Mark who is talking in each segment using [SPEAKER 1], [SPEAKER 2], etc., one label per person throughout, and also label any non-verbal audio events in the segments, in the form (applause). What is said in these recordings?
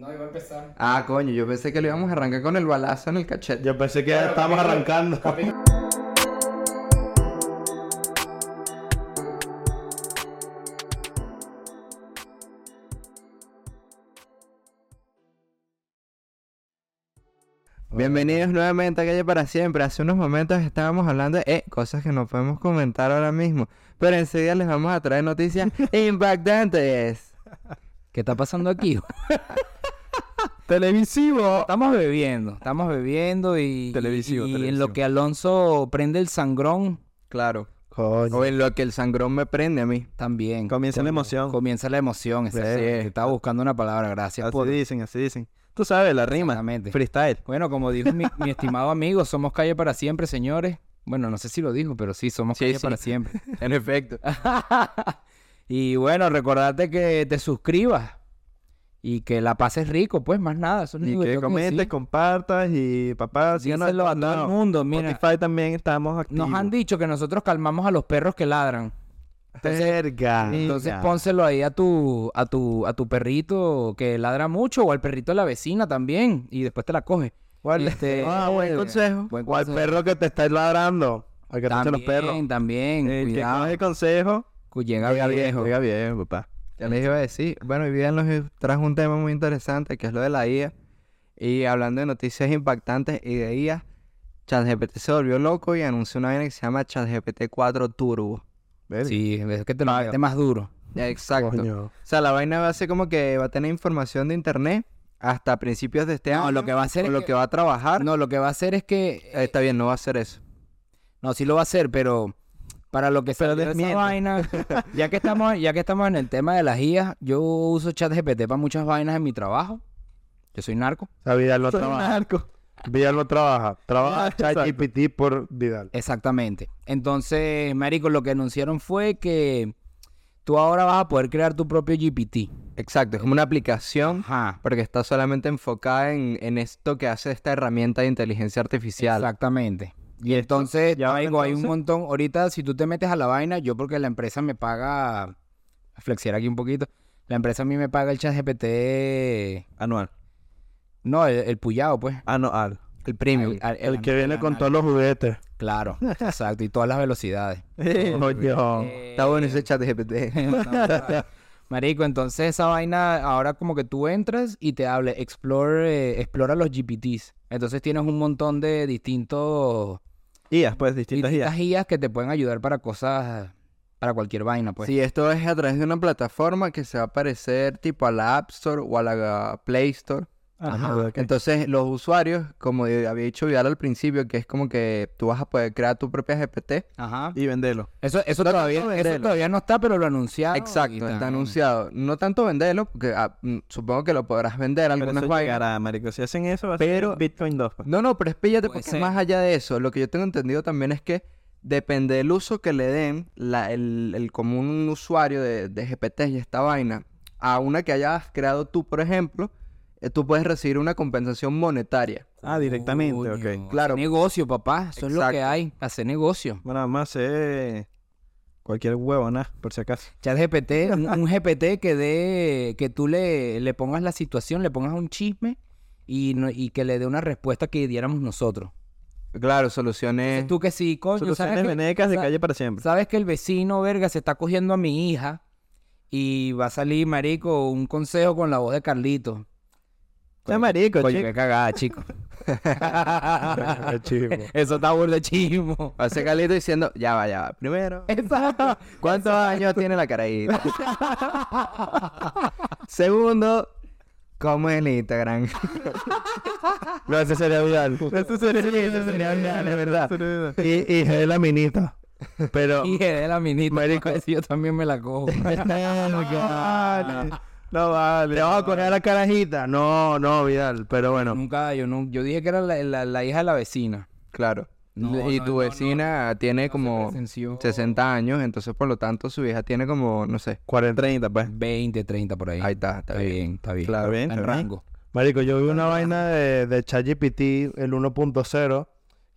[SPEAKER 1] No, iba a empezar.
[SPEAKER 2] Ah, coño, yo pensé que lo íbamos a arrancar con el balazo en el cachete.
[SPEAKER 3] Yo pensé que
[SPEAKER 1] Bueno,
[SPEAKER 3] estábamos
[SPEAKER 1] capítulo-
[SPEAKER 3] arrancando.
[SPEAKER 1] capítulo-
[SPEAKER 2] Bienvenidos nuevamente a Calle para Siempre. Hace unos momentos estábamos hablando de eh, cosas que no podemos comentar ahora mismo, pero enseguida les vamos a traer
[SPEAKER 4] (laughs)
[SPEAKER 2] noticias impactantes.
[SPEAKER 4] ¿Qué está pasando aquí?
[SPEAKER 2] (laughs) Televisivo.
[SPEAKER 4] estamos bebiendo, estamos bebiendo y,
[SPEAKER 2] Televisivo,
[SPEAKER 4] y en
[SPEAKER 2] televisivo.
[SPEAKER 4] lo que Alonso prende el sangrón
[SPEAKER 2] Claro.
[SPEAKER 3] Coño.
[SPEAKER 2] O en lo que el sangrón me prende a mí.
[SPEAKER 4] también.
[SPEAKER 3] Comienza la emoción.
[SPEAKER 4] Comienza la emoción,
[SPEAKER 3] Verga.
[SPEAKER 4] exactamente. Estaba buscando una palabra, gracias
[SPEAKER 3] así
[SPEAKER 4] por
[SPEAKER 3] dicen, así dicen. Tú sabes, la rima.
[SPEAKER 4] Exactamente.
[SPEAKER 3] Freestyle.
[SPEAKER 4] Bueno, como dijo mi, mi estimado amigo, somos calle para siempre, señores. Bueno, no sé si lo dijo, pero sí, somos
[SPEAKER 2] Sí,
[SPEAKER 4] calle
[SPEAKER 2] sí.
[SPEAKER 4] para
[SPEAKER 3] (laughs)
[SPEAKER 4] siempre.
[SPEAKER 2] En efecto.
[SPEAKER 4] (laughs) y bueno, recordarte que te suscribas y que la pases rico, pues más nada. Eso es lo
[SPEAKER 3] Y
[SPEAKER 4] único
[SPEAKER 3] que
[SPEAKER 4] tengo
[SPEAKER 3] comentes,
[SPEAKER 4] decir.
[SPEAKER 3] compartas y papá, síganos.
[SPEAKER 4] Díselo a todo el mundo, mira.
[SPEAKER 3] Spotify también estamos activos.
[SPEAKER 4] Nos han dicho que nosotros calmamos a los perros que ladran.
[SPEAKER 3] Verga.
[SPEAKER 4] Entonces
[SPEAKER 3] Verga.
[SPEAKER 4] pónselo ahí a tu, a tu, a tu perrito que ladra mucho, o al perrito de la vecina también, y después te la coge.
[SPEAKER 3] ¿Cuál-
[SPEAKER 4] este,
[SPEAKER 3] Ah, buen consejo.
[SPEAKER 4] buen
[SPEAKER 3] O al
[SPEAKER 4] consejo.
[SPEAKER 3] perro que te está ladrando. Al que te echan los perros.
[SPEAKER 4] También, también,
[SPEAKER 3] El que
[SPEAKER 4] cuidado.
[SPEAKER 3] coge consejo.
[SPEAKER 4] cu- Eh, Llega viejo.
[SPEAKER 3] Llega bien, papá.
[SPEAKER 2] Ya les iba a decir. Bueno, hoy día nos trajo un tema muy interesante que es lo de la IA. Y hablando de noticias impactantes y de IA, ChatGPT se volvió loco y anunció una vaina que se llama ChatGPT 4 Turbo.
[SPEAKER 3] Verga.
[SPEAKER 4] Sí, es que te lo mete más duro.
[SPEAKER 2] Ya, Exacto.
[SPEAKER 3] Coño.
[SPEAKER 2] O sea, la vaina va a ser como que va a tener información de internet hasta principios de este año.
[SPEAKER 4] No, lo que va a hacer
[SPEAKER 2] con
[SPEAKER 4] es
[SPEAKER 2] lo que...
[SPEAKER 4] que-
[SPEAKER 2] va a trabajar.
[SPEAKER 4] No, lo que va a hacer es que...
[SPEAKER 2] Eh, Está bien, no va a hacer eso.
[SPEAKER 4] No, sí lo va a hacer, pero para lo que salió esa
[SPEAKER 3] desmiente.
[SPEAKER 4] vaina, (laughs) ya que estamos, ya que estamos en el tema de las guías, yo uso ChatGPT para muchas vainas en mi trabajo. Yo soy narco.
[SPEAKER 3] O sea, Vidal no
[SPEAKER 4] Soy
[SPEAKER 3] trabaja. Vidal no trabaja.
[SPEAKER 4] (laughs)
[SPEAKER 3] Trabaja ChatGPT por Vidal.
[SPEAKER 4] Exactamente. Entonces, marico, lo que anunciaron fue que tú ahora vas a poder crear tu propio GPT.
[SPEAKER 2] Exacto, es como una aplicación
[SPEAKER 4] Ajá.
[SPEAKER 2] porque está solamente enfocada en, en esto que hace esta herramienta de inteligencia artificial.
[SPEAKER 4] Exactamente. Y entonces,
[SPEAKER 3] ya,
[SPEAKER 4] marico, hay un
[SPEAKER 3] entonces.
[SPEAKER 4] montón. Ahorita, si tú te metes a la vaina, yo porque la empresa me paga, a flexear aquí un poquito, la empresa a mí me paga el chat GPT,
[SPEAKER 3] Anual. Ah,
[SPEAKER 4] no, el, el pullado, pues.
[SPEAKER 3] Anual.
[SPEAKER 2] El premium. Ah,
[SPEAKER 4] Al- al-
[SPEAKER 3] ah, El que viene con
[SPEAKER 4] al-
[SPEAKER 3] todos los juguetes. (laughs)
[SPEAKER 4] Claro, exacto, y todas las velocidades.
[SPEAKER 3] Coño.
[SPEAKER 4] Eh,
[SPEAKER 2] Está
[SPEAKER 4] (laughs)
[SPEAKER 2] bueno ese ChatGPT. (laughs)
[SPEAKER 4] Marico, entonces esa vaina, ahora como que tú entras y te hable, explore, eh, explora los GPTs. Entonces tienes un montón de distintos,
[SPEAKER 3] Y después distintas ideas.
[SPEAKER 4] distintas guías que te pueden ayudar para cosas, para cualquier vaina, pues.
[SPEAKER 2] Sí, esto es a través de una plataforma que se va a parecer tipo a la App Store o a la Play Store. Entonces, los usuarios, como di- había dicho Vidal al principio, que es como que tú vas a poder crear tu propia GPT.
[SPEAKER 4] Ajá.
[SPEAKER 3] Y venderlo.
[SPEAKER 4] Eso, eso todavía, eso todavía no está, pero lo
[SPEAKER 2] Ah,
[SPEAKER 4] anunciaron. y
[SPEAKER 2] Exacto, está
[SPEAKER 4] tal.
[SPEAKER 2] anunciado. No tanto venderlo, porque ah, mm, supongo que lo podrás vender
[SPEAKER 3] Pero
[SPEAKER 2] algunas
[SPEAKER 3] eso
[SPEAKER 2] vainas.
[SPEAKER 3] llegará, marico. Si hacen eso, va a
[SPEAKER 2] Pero-
[SPEAKER 3] ser Bitcoin 2. pues.
[SPEAKER 2] No, no, pero espíllate
[SPEAKER 4] Puede
[SPEAKER 2] porque
[SPEAKER 4] ser.
[SPEAKER 2] más allá de eso, lo que yo tengo entendido también es que depende del uso que le den la- el, el común usuario de, de GPT y esta vaina a una que hayas creado tú, por ejemplo, eh, tú puedes recibir una compensación monetaria.
[SPEAKER 3] Ah, directamente,
[SPEAKER 4] Coño,
[SPEAKER 3] ok.
[SPEAKER 4] hacer
[SPEAKER 2] Claro.
[SPEAKER 4] negocio, papá. Eso es lo que
[SPEAKER 2] Exacto.
[SPEAKER 4] hay. Hacer negocio.
[SPEAKER 3] Bueno, nada más eh, cualquier huevo, nada, por si acaso.
[SPEAKER 4] ChatGPT, un, un GPT que dé, que tú le, le pongas la situación, le pongas un chisme y, no- y que le dé una respuesta que diéramos nosotros.
[SPEAKER 2] Claro, soluciones.
[SPEAKER 4] Entonces tú que sí, coño,
[SPEAKER 3] Soluciones
[SPEAKER 4] ¿sabes que,
[SPEAKER 3] venecas de
[SPEAKER 4] sa-
[SPEAKER 3] calle para siempre.
[SPEAKER 4] sabes que el vecino, verga, se está cogiendo a mi hija y va a salir, marico, un consejo con la voz de Carlito.
[SPEAKER 3] Ya, marico,
[SPEAKER 4] Coño,
[SPEAKER 3] chico.
[SPEAKER 4] qué cagada, chico.
[SPEAKER 3] (laughs) Ah, chico.
[SPEAKER 4] Eso está burda de chismo.
[SPEAKER 2] Hace Calito diciendo, ya va, ya va. Primero,
[SPEAKER 4] Exacto.
[SPEAKER 2] ¿cuántos años tiene la carajita? Segundo, ¿cómo es el (laughs) Instagram?
[SPEAKER 3] No, ese sería Vidal. Ese sería, ese sería Vidal, es verdad. Y, y es la minita.
[SPEAKER 4] (laughs) (laughs)
[SPEAKER 3] Pero...
[SPEAKER 4] Y de la minita. Marico, yo también me la cojo.
[SPEAKER 3] vale. No vale. Te vas a correr a la carajita. No, no, Vidal. Pero bueno.
[SPEAKER 4] Nunca, yo, no, yo dije que era la, la- la hija de la vecina.
[SPEAKER 2] Claro.
[SPEAKER 4] No,
[SPEAKER 2] y
[SPEAKER 4] no,
[SPEAKER 2] tu
[SPEAKER 4] no, no.
[SPEAKER 2] vecina tiene como
[SPEAKER 4] presenció.
[SPEAKER 2] 60 años, entonces por lo tanto su hija tiene como, no sé.
[SPEAKER 3] 40, 30, pues.
[SPEAKER 4] 20, 30 por ahí.
[SPEAKER 2] Ahí está, está,
[SPEAKER 4] Está
[SPEAKER 2] bien.
[SPEAKER 4] bien, está bien.
[SPEAKER 3] Claro, bien,
[SPEAKER 4] Está en
[SPEAKER 3] está bien.
[SPEAKER 4] rango.
[SPEAKER 3] Marico, yo vi una vaina de, de ChatGPT, el 1.0,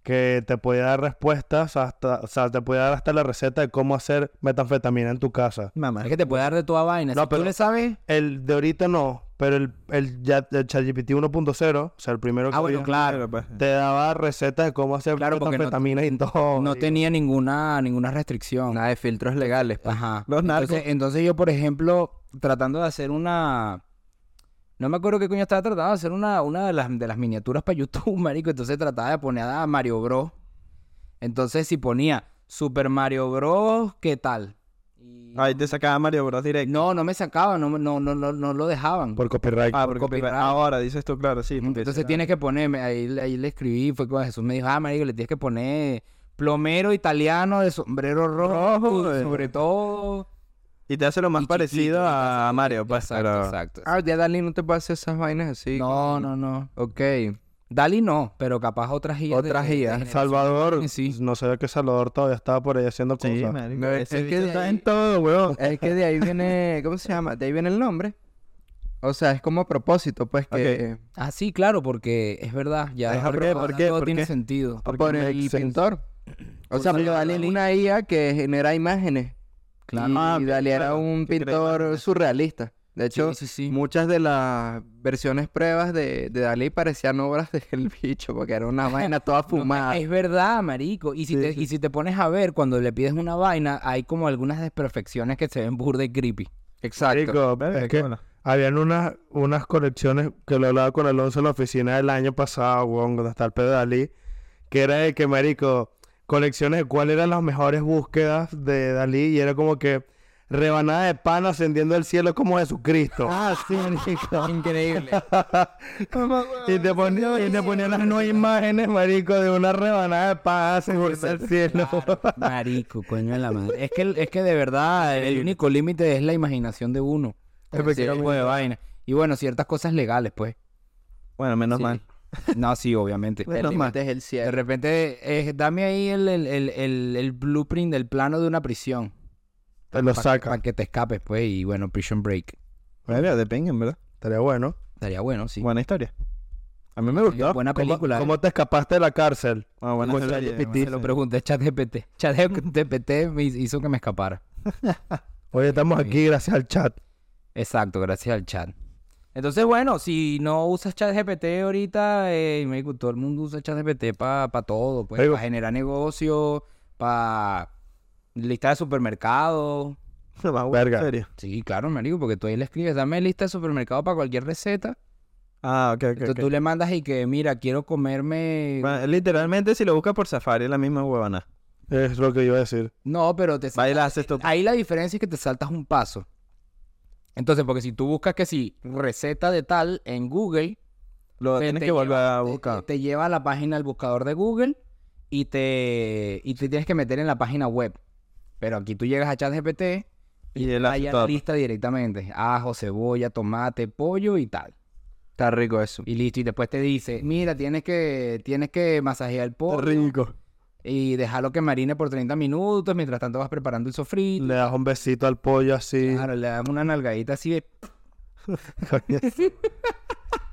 [SPEAKER 3] que te puede dar respuestas hasta, o sea, te puede dar hasta la receta de cómo hacer metanfetamina en tu casa.
[SPEAKER 4] Mamá. Es que te puede dar de toda vaina.
[SPEAKER 3] No,
[SPEAKER 4] si
[SPEAKER 3] pero-
[SPEAKER 4] tú le sabes,
[SPEAKER 3] El de ahorita no, pero el, el, ya- el ChatGPT 1.0, o sea, el primero que
[SPEAKER 4] Ah, bueno,
[SPEAKER 3] había,
[SPEAKER 4] claro.
[SPEAKER 3] te daba recetas de cómo hacer
[SPEAKER 4] Claro, porque no-
[SPEAKER 3] metanfetaminas y todo.
[SPEAKER 4] No
[SPEAKER 3] y-
[SPEAKER 4] tenía ninguna, ninguna restricción.
[SPEAKER 2] Nada de filtros legales. pues.
[SPEAKER 4] Ajá.
[SPEAKER 1] Los narcos.
[SPEAKER 4] Entonces, entonces yo, por ejemplo, tratando de hacer una... No me acuerdo qué coño estaba tratando de hacer una, una de, las, de las miniaturas para YouTube, (laughs) marico. Entonces trataba de poner a Mario Bros. Entonces si ponía Super Mario Bros, ¿qué tal? Y-
[SPEAKER 1] Ahí te sacaba Mario Bros. directo.
[SPEAKER 4] No, no me sacaban, no, no, no, no, no lo dejaban.
[SPEAKER 3] Por copyright.
[SPEAKER 1] ah, porque
[SPEAKER 4] copyright.
[SPEAKER 1] ahora dices tú, claro, sí. porque
[SPEAKER 4] Entonces
[SPEAKER 1] será-
[SPEAKER 4] tienes que ponerme, ahí, ahí le escribí, fue cuando Jesús me dijo, ah, marico, le tienes que poner plomero italiano de sombrero rojo,
[SPEAKER 1] Rojo, eh.
[SPEAKER 4] sobre todo.
[SPEAKER 1] Y te hace lo más
[SPEAKER 4] Y chiquito,
[SPEAKER 1] parecido
[SPEAKER 4] y te
[SPEAKER 1] a Mario, pues,
[SPEAKER 4] Exacto,
[SPEAKER 1] pero-
[SPEAKER 4] exacto.
[SPEAKER 2] Ah, ya Dalí no te puede hacer esas vainas así.
[SPEAKER 4] No, no, no.
[SPEAKER 2] Ok.
[SPEAKER 4] Dali no, pero capaz otras guías. de-
[SPEAKER 2] Otras
[SPEAKER 4] de- de
[SPEAKER 2] guías.
[SPEAKER 4] generación.
[SPEAKER 3] Salvador,
[SPEAKER 4] Sí.
[SPEAKER 3] no sabía que Salvador todavía estaba por ahí haciendo
[SPEAKER 1] Sí,
[SPEAKER 3] cosas.
[SPEAKER 1] marico,
[SPEAKER 2] No,
[SPEAKER 1] ese
[SPEAKER 2] es que
[SPEAKER 1] bicho
[SPEAKER 2] de
[SPEAKER 1] está
[SPEAKER 2] ahí-
[SPEAKER 1] en todo, weón.
[SPEAKER 2] Es que de ahí viene, ¿cómo se llama? De ahí viene el nombre. O sea, es como a propósito, pues que
[SPEAKER 1] Ok.
[SPEAKER 4] Ah, sí, claro, porque es verdad. Ya
[SPEAKER 1] Ajá, ¿por qué?
[SPEAKER 4] ahora
[SPEAKER 1] ¿Por qué?
[SPEAKER 4] todo
[SPEAKER 1] ¿Por
[SPEAKER 4] tiene
[SPEAKER 1] qué?
[SPEAKER 4] sentido.
[SPEAKER 2] por,
[SPEAKER 3] makes
[SPEAKER 2] el
[SPEAKER 3] sense.
[SPEAKER 2] pintor. O
[SPEAKER 4] Por
[SPEAKER 2] sea,
[SPEAKER 4] Salvador
[SPEAKER 2] pero Dalí
[SPEAKER 4] Dalí.
[SPEAKER 2] es una IA que genera imágenes.
[SPEAKER 4] Claro.
[SPEAKER 2] Y,
[SPEAKER 1] Ah,
[SPEAKER 2] y Dalí era
[SPEAKER 1] claro,
[SPEAKER 2] un
[SPEAKER 1] que crea
[SPEAKER 2] pintor
[SPEAKER 1] imágenes.
[SPEAKER 2] surrealista. De hecho,
[SPEAKER 4] sí, sí, sí.
[SPEAKER 2] muchas de las versiones pruebas de, de Dalí parecían obras del bicho, porque era una vaina toda
[SPEAKER 4] No, eh,
[SPEAKER 2] fumada.
[SPEAKER 4] es verdad, marico. Y si,
[SPEAKER 1] Ah. Sí,
[SPEAKER 4] te,
[SPEAKER 1] sí.
[SPEAKER 4] y si te pones a ver, cuando le pides una vaina, hay como algunas desperfecciones que se ven burda y
[SPEAKER 1] (laughs)
[SPEAKER 4] creepy.
[SPEAKER 2] Exacto.
[SPEAKER 3] Marico,
[SPEAKER 1] Verga,
[SPEAKER 3] es que
[SPEAKER 1] cómo no.
[SPEAKER 3] habían unas, unas colecciones que lo hablaba con Alonso en la oficina el año pasado, weón, cuando está el pedo de Dalí, que era de que, marico, colecciones de cuáles eran las mejores búsquedas de Dalí y era como que rebanada de pan ascendiendo al cielo como Jesucristo.
[SPEAKER 2] Ah, sí, marico. Increíble.
[SPEAKER 3] y te ponían y te ponían las nuevas imágenes, marico, de una rebanada de pan ascendiendo al cielo.
[SPEAKER 4] Marico, coño de la madre. Es que, es que de verdad, el único límite es la imaginación de uno. Ese tipo de vaina. Y bueno, ciertas cosas legales, pues.
[SPEAKER 1] Bueno, menos
[SPEAKER 4] Sí.
[SPEAKER 1] mal.
[SPEAKER 4] No, sí, obviamente.
[SPEAKER 2] El límite es el
[SPEAKER 4] De
[SPEAKER 2] cielo.
[SPEAKER 4] repente, eh, dame ahí el, el- el- el- el blueprint del plano de una prisión.
[SPEAKER 3] Te lo
[SPEAKER 4] Para
[SPEAKER 3] saca.
[SPEAKER 4] que te escapes, pues, y bueno, Prison Break.
[SPEAKER 1] Verga, de penguin, ¿verdad?
[SPEAKER 3] Estaría bueno.
[SPEAKER 4] Estaría bueno, sí.
[SPEAKER 1] Buena historia. A mí me gustó.
[SPEAKER 4] Buena
[SPEAKER 3] ¿Cómo-
[SPEAKER 4] película. ¿eh?
[SPEAKER 3] ¿Cómo te escapaste de la cárcel?
[SPEAKER 1] Ah, buena
[SPEAKER 3] Con
[SPEAKER 1] historia,
[SPEAKER 3] ChatGPT.
[SPEAKER 4] Se
[SPEAKER 1] buena
[SPEAKER 4] lo
[SPEAKER 1] historia.
[SPEAKER 4] pregunté a ChatGPT. ChatGPT me hizo que me
[SPEAKER 3] (laughs)
[SPEAKER 4] escapara.
[SPEAKER 3] Hoy estamos aquí gracias al chat.
[SPEAKER 4] Exacto, gracias al chat. Entonces, bueno, si no usas ChatGPT ahorita, eh, me digo, todo el mundo usa ChatGPT para todo, pues,
[SPEAKER 3] Oigo.
[SPEAKER 4] para generar negocios, para lista de supermercados.
[SPEAKER 1] Se va, weón,
[SPEAKER 3] Verga.
[SPEAKER 1] En serio.
[SPEAKER 4] Sí, claro, marico, porque tú ahí le escribes, dame lista de supermercado para cualquier receta.
[SPEAKER 1] Ah, ok, ok.
[SPEAKER 4] Entonces
[SPEAKER 1] ok.
[SPEAKER 4] tú le mandas y que, mira, quiero comerme...
[SPEAKER 1] Bueno, literalmente, si lo buscas por Safari, es la misma huevona.
[SPEAKER 3] Es lo que iba a decir.
[SPEAKER 4] No, pero te...
[SPEAKER 1] Va y la haces tú.
[SPEAKER 4] Ahí la diferencia es que te saltas un paso. Entonces, porque si tú buscas que si receta de tal en Google,
[SPEAKER 1] Lo
[SPEAKER 4] te-
[SPEAKER 1] tienes
[SPEAKER 4] te
[SPEAKER 1] que volver
[SPEAKER 4] lleva-
[SPEAKER 1] a
[SPEAKER 4] te-
[SPEAKER 1] buscar.
[SPEAKER 4] Te, lleva a la página del buscador de Google y te, y te tienes que meter en la página web. Pero aquí tú llegas a ChatGPT
[SPEAKER 1] Y él
[SPEAKER 4] ahí
[SPEAKER 1] hace
[SPEAKER 4] a la
[SPEAKER 1] todo.
[SPEAKER 4] lista directamente. Ajo, cebolla, tomate, pollo y tal.
[SPEAKER 2] Está rico eso.
[SPEAKER 4] Y listo. Y después te dice, mira, tienes que, tienes que masajear el pollo.
[SPEAKER 3] Rico.
[SPEAKER 4] Y dejarlo que marine por 30 minutos. Mientras tanto vas preparando el sofrito.
[SPEAKER 3] Le das un besito al pollo así.
[SPEAKER 4] Claro, le damos una nalgadita así de...
[SPEAKER 3] (laughs) Coño,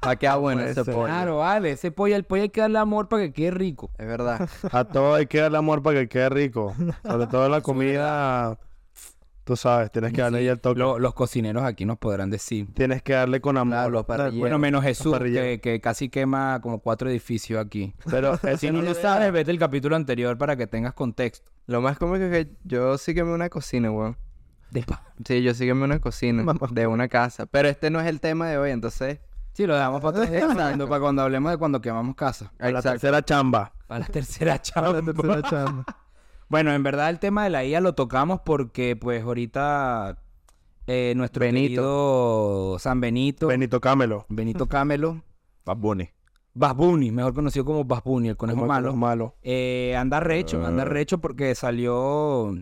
[SPEAKER 2] Ha (laughs) quedado bueno
[SPEAKER 3] Puede
[SPEAKER 2] ese
[SPEAKER 3] ser.
[SPEAKER 2] pollo.
[SPEAKER 4] Claro, vale, ese pollo, el pollo hay que darle amor para que quede rico.
[SPEAKER 2] Es (laughs) verdad.
[SPEAKER 3] A todo hay que darle amor para que quede rico. Sobre todo la comida. Tú sabes, tienes que darle ahí el toque.
[SPEAKER 4] Lo- los cocineros aquí nos podrán decir.
[SPEAKER 3] Tienes que darle con amor.
[SPEAKER 2] Claro, los parrilleros.
[SPEAKER 4] Bueno, menos Jesús, que,
[SPEAKER 3] parrilleros.
[SPEAKER 4] que casi quema como cuatro edificios aquí.
[SPEAKER 3] Pero
[SPEAKER 4] Si no lo sabes, vete el capítulo anterior para que tengas contexto.
[SPEAKER 2] Lo más cómico es que yo sí quemé una cocina, weón. Sí, yo sí quemé una cocina
[SPEAKER 1] Mamá.
[SPEAKER 2] de una casa. Pero este no es el tema de hoy, entonces.
[SPEAKER 4] Sí, lo dejamos para otro
[SPEAKER 2] (laughs)
[SPEAKER 4] día, Fernando, para cuando hablemos de cuando quemamos casa.
[SPEAKER 3] a la
[SPEAKER 2] Exacto.
[SPEAKER 3] tercera chamba.
[SPEAKER 4] (laughs) Para la tercera
[SPEAKER 1] Ahora
[SPEAKER 4] charla.
[SPEAKER 1] te estoy echando.
[SPEAKER 4] Bueno, en verdad el tema de la IA lo tocamos porque pues ahorita eh, nuestro
[SPEAKER 2] Benito.
[SPEAKER 4] querido San Benito,
[SPEAKER 3] Benito Camelo.
[SPEAKER 4] Benito Camelo,
[SPEAKER 1] Bad Bunny.
[SPEAKER 4] Basbuni, mejor conocido como Basbuni, el conejo
[SPEAKER 3] Como
[SPEAKER 4] malo.
[SPEAKER 3] los malo.
[SPEAKER 4] Eh, anda recho,
[SPEAKER 2] Ah.
[SPEAKER 4] anda recho porque salió.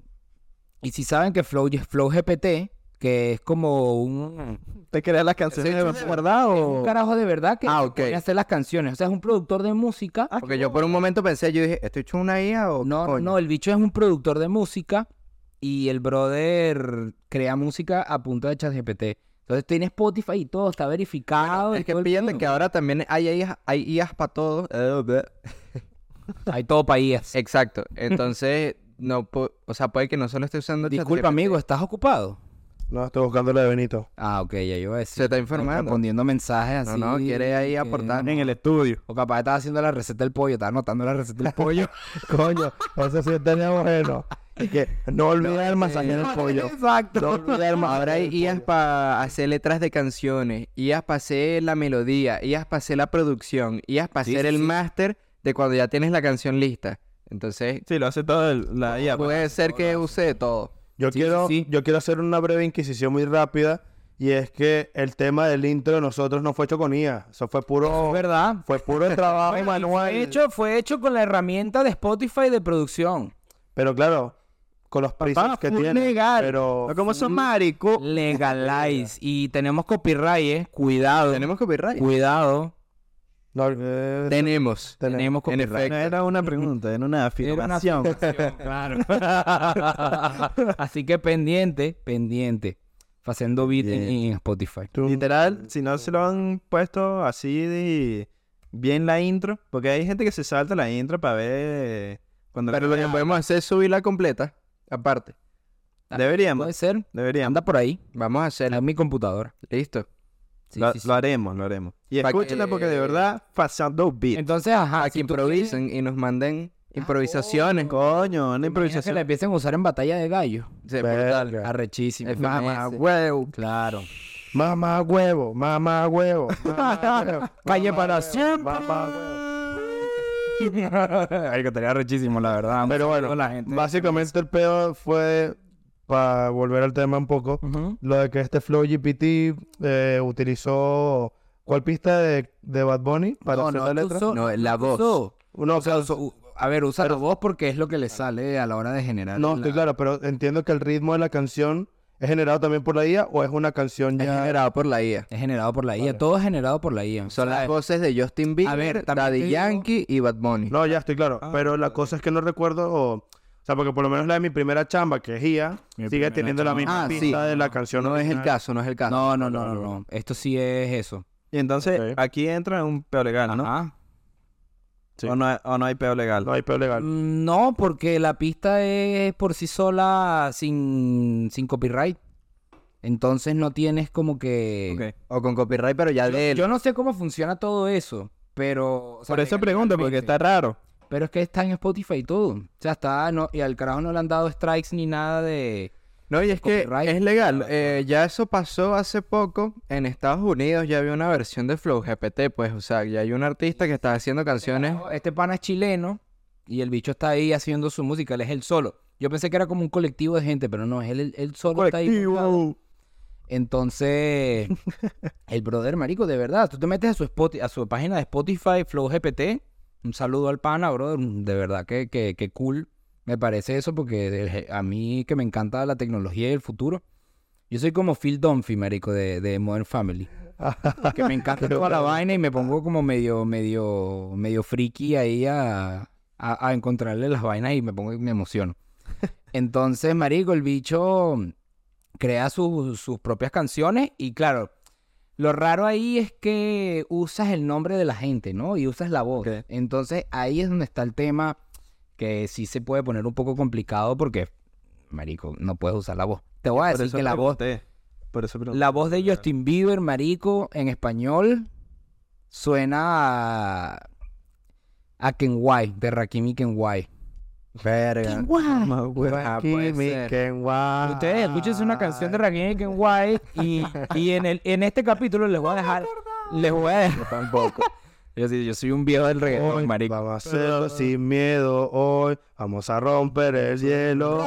[SPEAKER 4] Y si saben que Flow, Flow GPT, que es como un,
[SPEAKER 1] ¿Te creas las canciones de guardado?
[SPEAKER 4] un carajo de verdad que
[SPEAKER 2] Ah,
[SPEAKER 4] se
[SPEAKER 2] ok.
[SPEAKER 4] pone a hacer las canciones, o sea, es un productor de música.
[SPEAKER 2] Porque yo por un momento pensé, yo dije, ¿esto hecho una IA o
[SPEAKER 4] No,
[SPEAKER 2] coño?
[SPEAKER 4] no, el bicho es un productor de música y el brother crea música a punta de ChatGPT. Entonces tiene Spotify y todo, está verificado. y
[SPEAKER 2] Es que
[SPEAKER 4] todo el
[SPEAKER 2] píllate
[SPEAKER 4] pedo.
[SPEAKER 2] que ahora también hay IAs, hay IAs para todo. Eh, bleh.
[SPEAKER 4] Hay todo país.
[SPEAKER 2] Exacto. Entonces, no pu- o sea, puede que no solo esté
[SPEAKER 4] (laughs)
[SPEAKER 2] usando
[SPEAKER 4] Disculpa,
[SPEAKER 2] ChatGPT.
[SPEAKER 4] amigo, ¿estás ocupado?
[SPEAKER 3] No, estoy buscando la de Benito.
[SPEAKER 4] Ah, ok, ya yo iba a decir.
[SPEAKER 2] Se está informando.
[SPEAKER 4] Respondiendo mensajes
[SPEAKER 2] No,
[SPEAKER 4] así.
[SPEAKER 2] no, quiere ahí
[SPEAKER 4] que-
[SPEAKER 2] aportar.
[SPEAKER 1] En el estudio.
[SPEAKER 4] O capaz estaba haciendo la receta del pollo, estaba anotando la receta
[SPEAKER 2] (laughs)
[SPEAKER 4] del pollo.
[SPEAKER 3] Coño, eso sí estaría bueno. Y que no olvidar el masaje del pollo.
[SPEAKER 4] Exacto.
[SPEAKER 3] No olvidar el
[SPEAKER 4] (laughs)
[SPEAKER 3] masaje
[SPEAKER 2] Ahora hay
[SPEAKER 3] del
[SPEAKER 2] IAS
[SPEAKER 3] pollo.
[SPEAKER 2] para hacer letras de canciones, IAS para hacer la melodía, IAS para hacer la producción, IAS para
[SPEAKER 4] Sí,
[SPEAKER 2] hacer
[SPEAKER 4] sí,
[SPEAKER 2] el
[SPEAKER 4] sí.
[SPEAKER 2] máster de cuando ya tienes la canción lista. Entonces,
[SPEAKER 1] Sí, lo hace todo el- la IA. pues.
[SPEAKER 2] puede ser que use de todo.
[SPEAKER 3] Yo,
[SPEAKER 4] Sí,
[SPEAKER 3] quiero,
[SPEAKER 4] sí, sí.
[SPEAKER 3] yo quiero hacer una breve inquisición muy rápida. Y es que el tema del intro de nosotros no fue hecho con IA. Eso fue puro,
[SPEAKER 4] ¿Verdad?
[SPEAKER 3] fue puro
[SPEAKER 2] Ah,
[SPEAKER 3] trabajo
[SPEAKER 4] Bueno, y
[SPEAKER 3] manual.
[SPEAKER 4] Fue hecho, fue hecho con la herramienta de Spotify de producción.
[SPEAKER 3] Pero claro, con los presets que
[SPEAKER 1] full
[SPEAKER 3] tiene.
[SPEAKER 1] legal.
[SPEAKER 2] Oh,
[SPEAKER 3] Pero
[SPEAKER 1] Pero como son marico.
[SPEAKER 4] Legalize. y tenemos copyright, ¿eh? Cuidado.
[SPEAKER 2] Tenemos copyright. (laughs)
[SPEAKER 4] Cuidado.
[SPEAKER 3] no, eh,
[SPEAKER 2] Tenemos.
[SPEAKER 4] Tenemos
[SPEAKER 2] En
[SPEAKER 4] copyright.
[SPEAKER 1] No era una pregunta,
[SPEAKER 4] Era
[SPEAKER 1] era una
[SPEAKER 4] una
[SPEAKER 1] afirmación.
[SPEAKER 4] afirmación, claro. (laughs) Así que pendiente, pendiente. Haciendo beat en, en Spotify.
[SPEAKER 1] Literal, si no se lo han puesto así de bien la intro, porque hay gente que se salta la intro para ver cuando
[SPEAKER 2] Pero lo que podemos hacer es subirla completa, aparte.
[SPEAKER 1] deberíamos,
[SPEAKER 4] Puede ser.
[SPEAKER 1] deberíamos.
[SPEAKER 4] Anda por ahí.
[SPEAKER 2] Vamos a hacerla.
[SPEAKER 4] En mi computadora.
[SPEAKER 2] Listo.
[SPEAKER 4] Sí,
[SPEAKER 1] lo,
[SPEAKER 4] sí, sí.
[SPEAKER 1] lo haremos, lo haremos. Y
[SPEAKER 2] Pa' que-
[SPEAKER 1] escúchenla porque de verdad pasando beat.
[SPEAKER 4] Entonces, ajá.
[SPEAKER 2] A que
[SPEAKER 4] Ah, si tú quieres- Ah, oh.
[SPEAKER 2] improvisen y nos manden improvisaciones.
[SPEAKER 1] Coño, una
[SPEAKER 4] Imagina que la
[SPEAKER 1] improvisación.
[SPEAKER 4] empiecen a usar en batalla de gallo.
[SPEAKER 2] Se-
[SPEAKER 3] verga.
[SPEAKER 4] Arrechísimo.
[SPEAKER 2] FMS.
[SPEAKER 4] Mamá, huevo. (laughs) Claro.
[SPEAKER 3] Mamá huevo, mamá huevo.
[SPEAKER 4] Calle para siempre.
[SPEAKER 3] Mamá huevo.
[SPEAKER 4] Hay que estaría rechísimo, la verdad.
[SPEAKER 3] Pero bueno,
[SPEAKER 4] Con la (laughs)
[SPEAKER 1] (laughs)
[SPEAKER 4] gente.
[SPEAKER 3] Básicamente el pedo fue, para volver al tema un poco,
[SPEAKER 4] Ujú.
[SPEAKER 3] lo de que este Flow GPT eh, utilizó... ¿Cuál pista de, de Bad Bunny para hacer la letra?
[SPEAKER 4] usó-
[SPEAKER 2] No, la voz.
[SPEAKER 4] usó.
[SPEAKER 3] Uno,
[SPEAKER 4] O sea, usó- a ver, usa la voz porque es lo que le sale a la hora de generar.
[SPEAKER 3] No,
[SPEAKER 4] la-
[SPEAKER 3] estoy claro, pero entiendo que el ritmo de la canción es generado también por la IA o es una canción
[SPEAKER 2] Es
[SPEAKER 3] ya...
[SPEAKER 2] generado por la IA.
[SPEAKER 4] Es generado por la IA. Todo es generado por la IA.
[SPEAKER 2] Son
[SPEAKER 4] O sea,
[SPEAKER 2] las voces de Justin Bieber,
[SPEAKER 4] ver, también te
[SPEAKER 2] Daddy
[SPEAKER 4] digo-
[SPEAKER 2] Yankee y Bad Bunny.
[SPEAKER 3] No, ya estoy claro, pero la cosa es que no recuerdo, o, o sea, porque por lo menos la de mi primera chamba, que es IA,
[SPEAKER 4] Mi
[SPEAKER 3] sigue
[SPEAKER 4] primera
[SPEAKER 3] teniendo la
[SPEAKER 4] chamba.
[SPEAKER 3] misma
[SPEAKER 2] Ah, sí.
[SPEAKER 3] pista de la canción.
[SPEAKER 2] No es el
[SPEAKER 3] original.
[SPEAKER 2] caso, no es el caso.
[SPEAKER 4] No, no, no, no, no. Esto sí es eso.
[SPEAKER 1] Y entonces
[SPEAKER 3] Ok.
[SPEAKER 1] aquí entra un peo legal, ¿no?
[SPEAKER 4] Ajá.
[SPEAKER 3] Sí.
[SPEAKER 1] O, no hay- o no hay peo legal.
[SPEAKER 3] No hay peor legal.
[SPEAKER 4] Mm, No, porque la pista es por sí sola sin, sin copyright. Entonces no tienes como que...
[SPEAKER 1] Ok.
[SPEAKER 2] O con copyright, pero ya de él.
[SPEAKER 4] Yo no sé cómo funciona todo eso, pero... o sea,
[SPEAKER 1] Por eso pregunto, porque
[SPEAKER 4] legalmente.
[SPEAKER 1] está raro.
[SPEAKER 4] Pero es que está en Spotify y todo. O sea, está... No, y al carajo no le han dado strikes ni nada de...
[SPEAKER 2] No, y es que
[SPEAKER 4] Copyright.
[SPEAKER 2] es legal. Eh, ya eso pasó hace poco. En Estados Unidos ya había una versión de Flow GPT, pues, o sea, ya hay un artista que está haciendo canciones.
[SPEAKER 4] No, Este pana es chileno y el bicho está ahí haciendo su música, él es el solo. Yo pensé que era como un colectivo de gente, pero no, es él, él- él solo está ahí. montado. Entonces, el brother marico, de verdad, tú te metes a su Spoti- a su página de Spotify, Flow GPT, un saludo al pana, brother, de verdad que, que, que cool. Me parece eso porque de- a mí que me encanta la tecnología y el futuro. Yo soy como Phil Dunphy, marico, de, de Modern
[SPEAKER 1] (laughs)
[SPEAKER 4] Family. que me encanta toda la vaina y me pongo como medio, medio, medio friki ahí a, a- a encontrarle las vainas y me pongo y me
[SPEAKER 1] (laughs)
[SPEAKER 4] emociono. Entonces, marico, el bicho crea sus- sus propias canciones y claro, lo raro ahí es que usas el nombre de la gente, ¿no? Y usas la voz.
[SPEAKER 1] Ok.
[SPEAKER 4] Entonces ahí es donde está el tema que sí se puede poner un poco complicado porque, marico, no puedes usar la voz. Te voy a
[SPEAKER 1] Por
[SPEAKER 4] decir
[SPEAKER 1] eso
[SPEAKER 4] que la voz,
[SPEAKER 1] pregunté. Por eso pregunté.
[SPEAKER 4] la voz de Justin Bieber, marico, en español suena a, a Kenway, de Rakim y Kenway.
[SPEAKER 2] Verga.
[SPEAKER 1] Mamá, huevo.
[SPEAKER 2] Ah, puede ser.
[SPEAKER 4] Ustedes escúchense una canción de Rakim y Kenway y, y en, el, en este capítulo les voy a dejar... Les voy a dejar... Tampoco. Yo, sí- yo soy un viejo del reggaetón,
[SPEAKER 3] Hoy
[SPEAKER 4] marico.
[SPEAKER 3] vamos a hacerlo sin miedo hoy. Vamos a romper el hielo.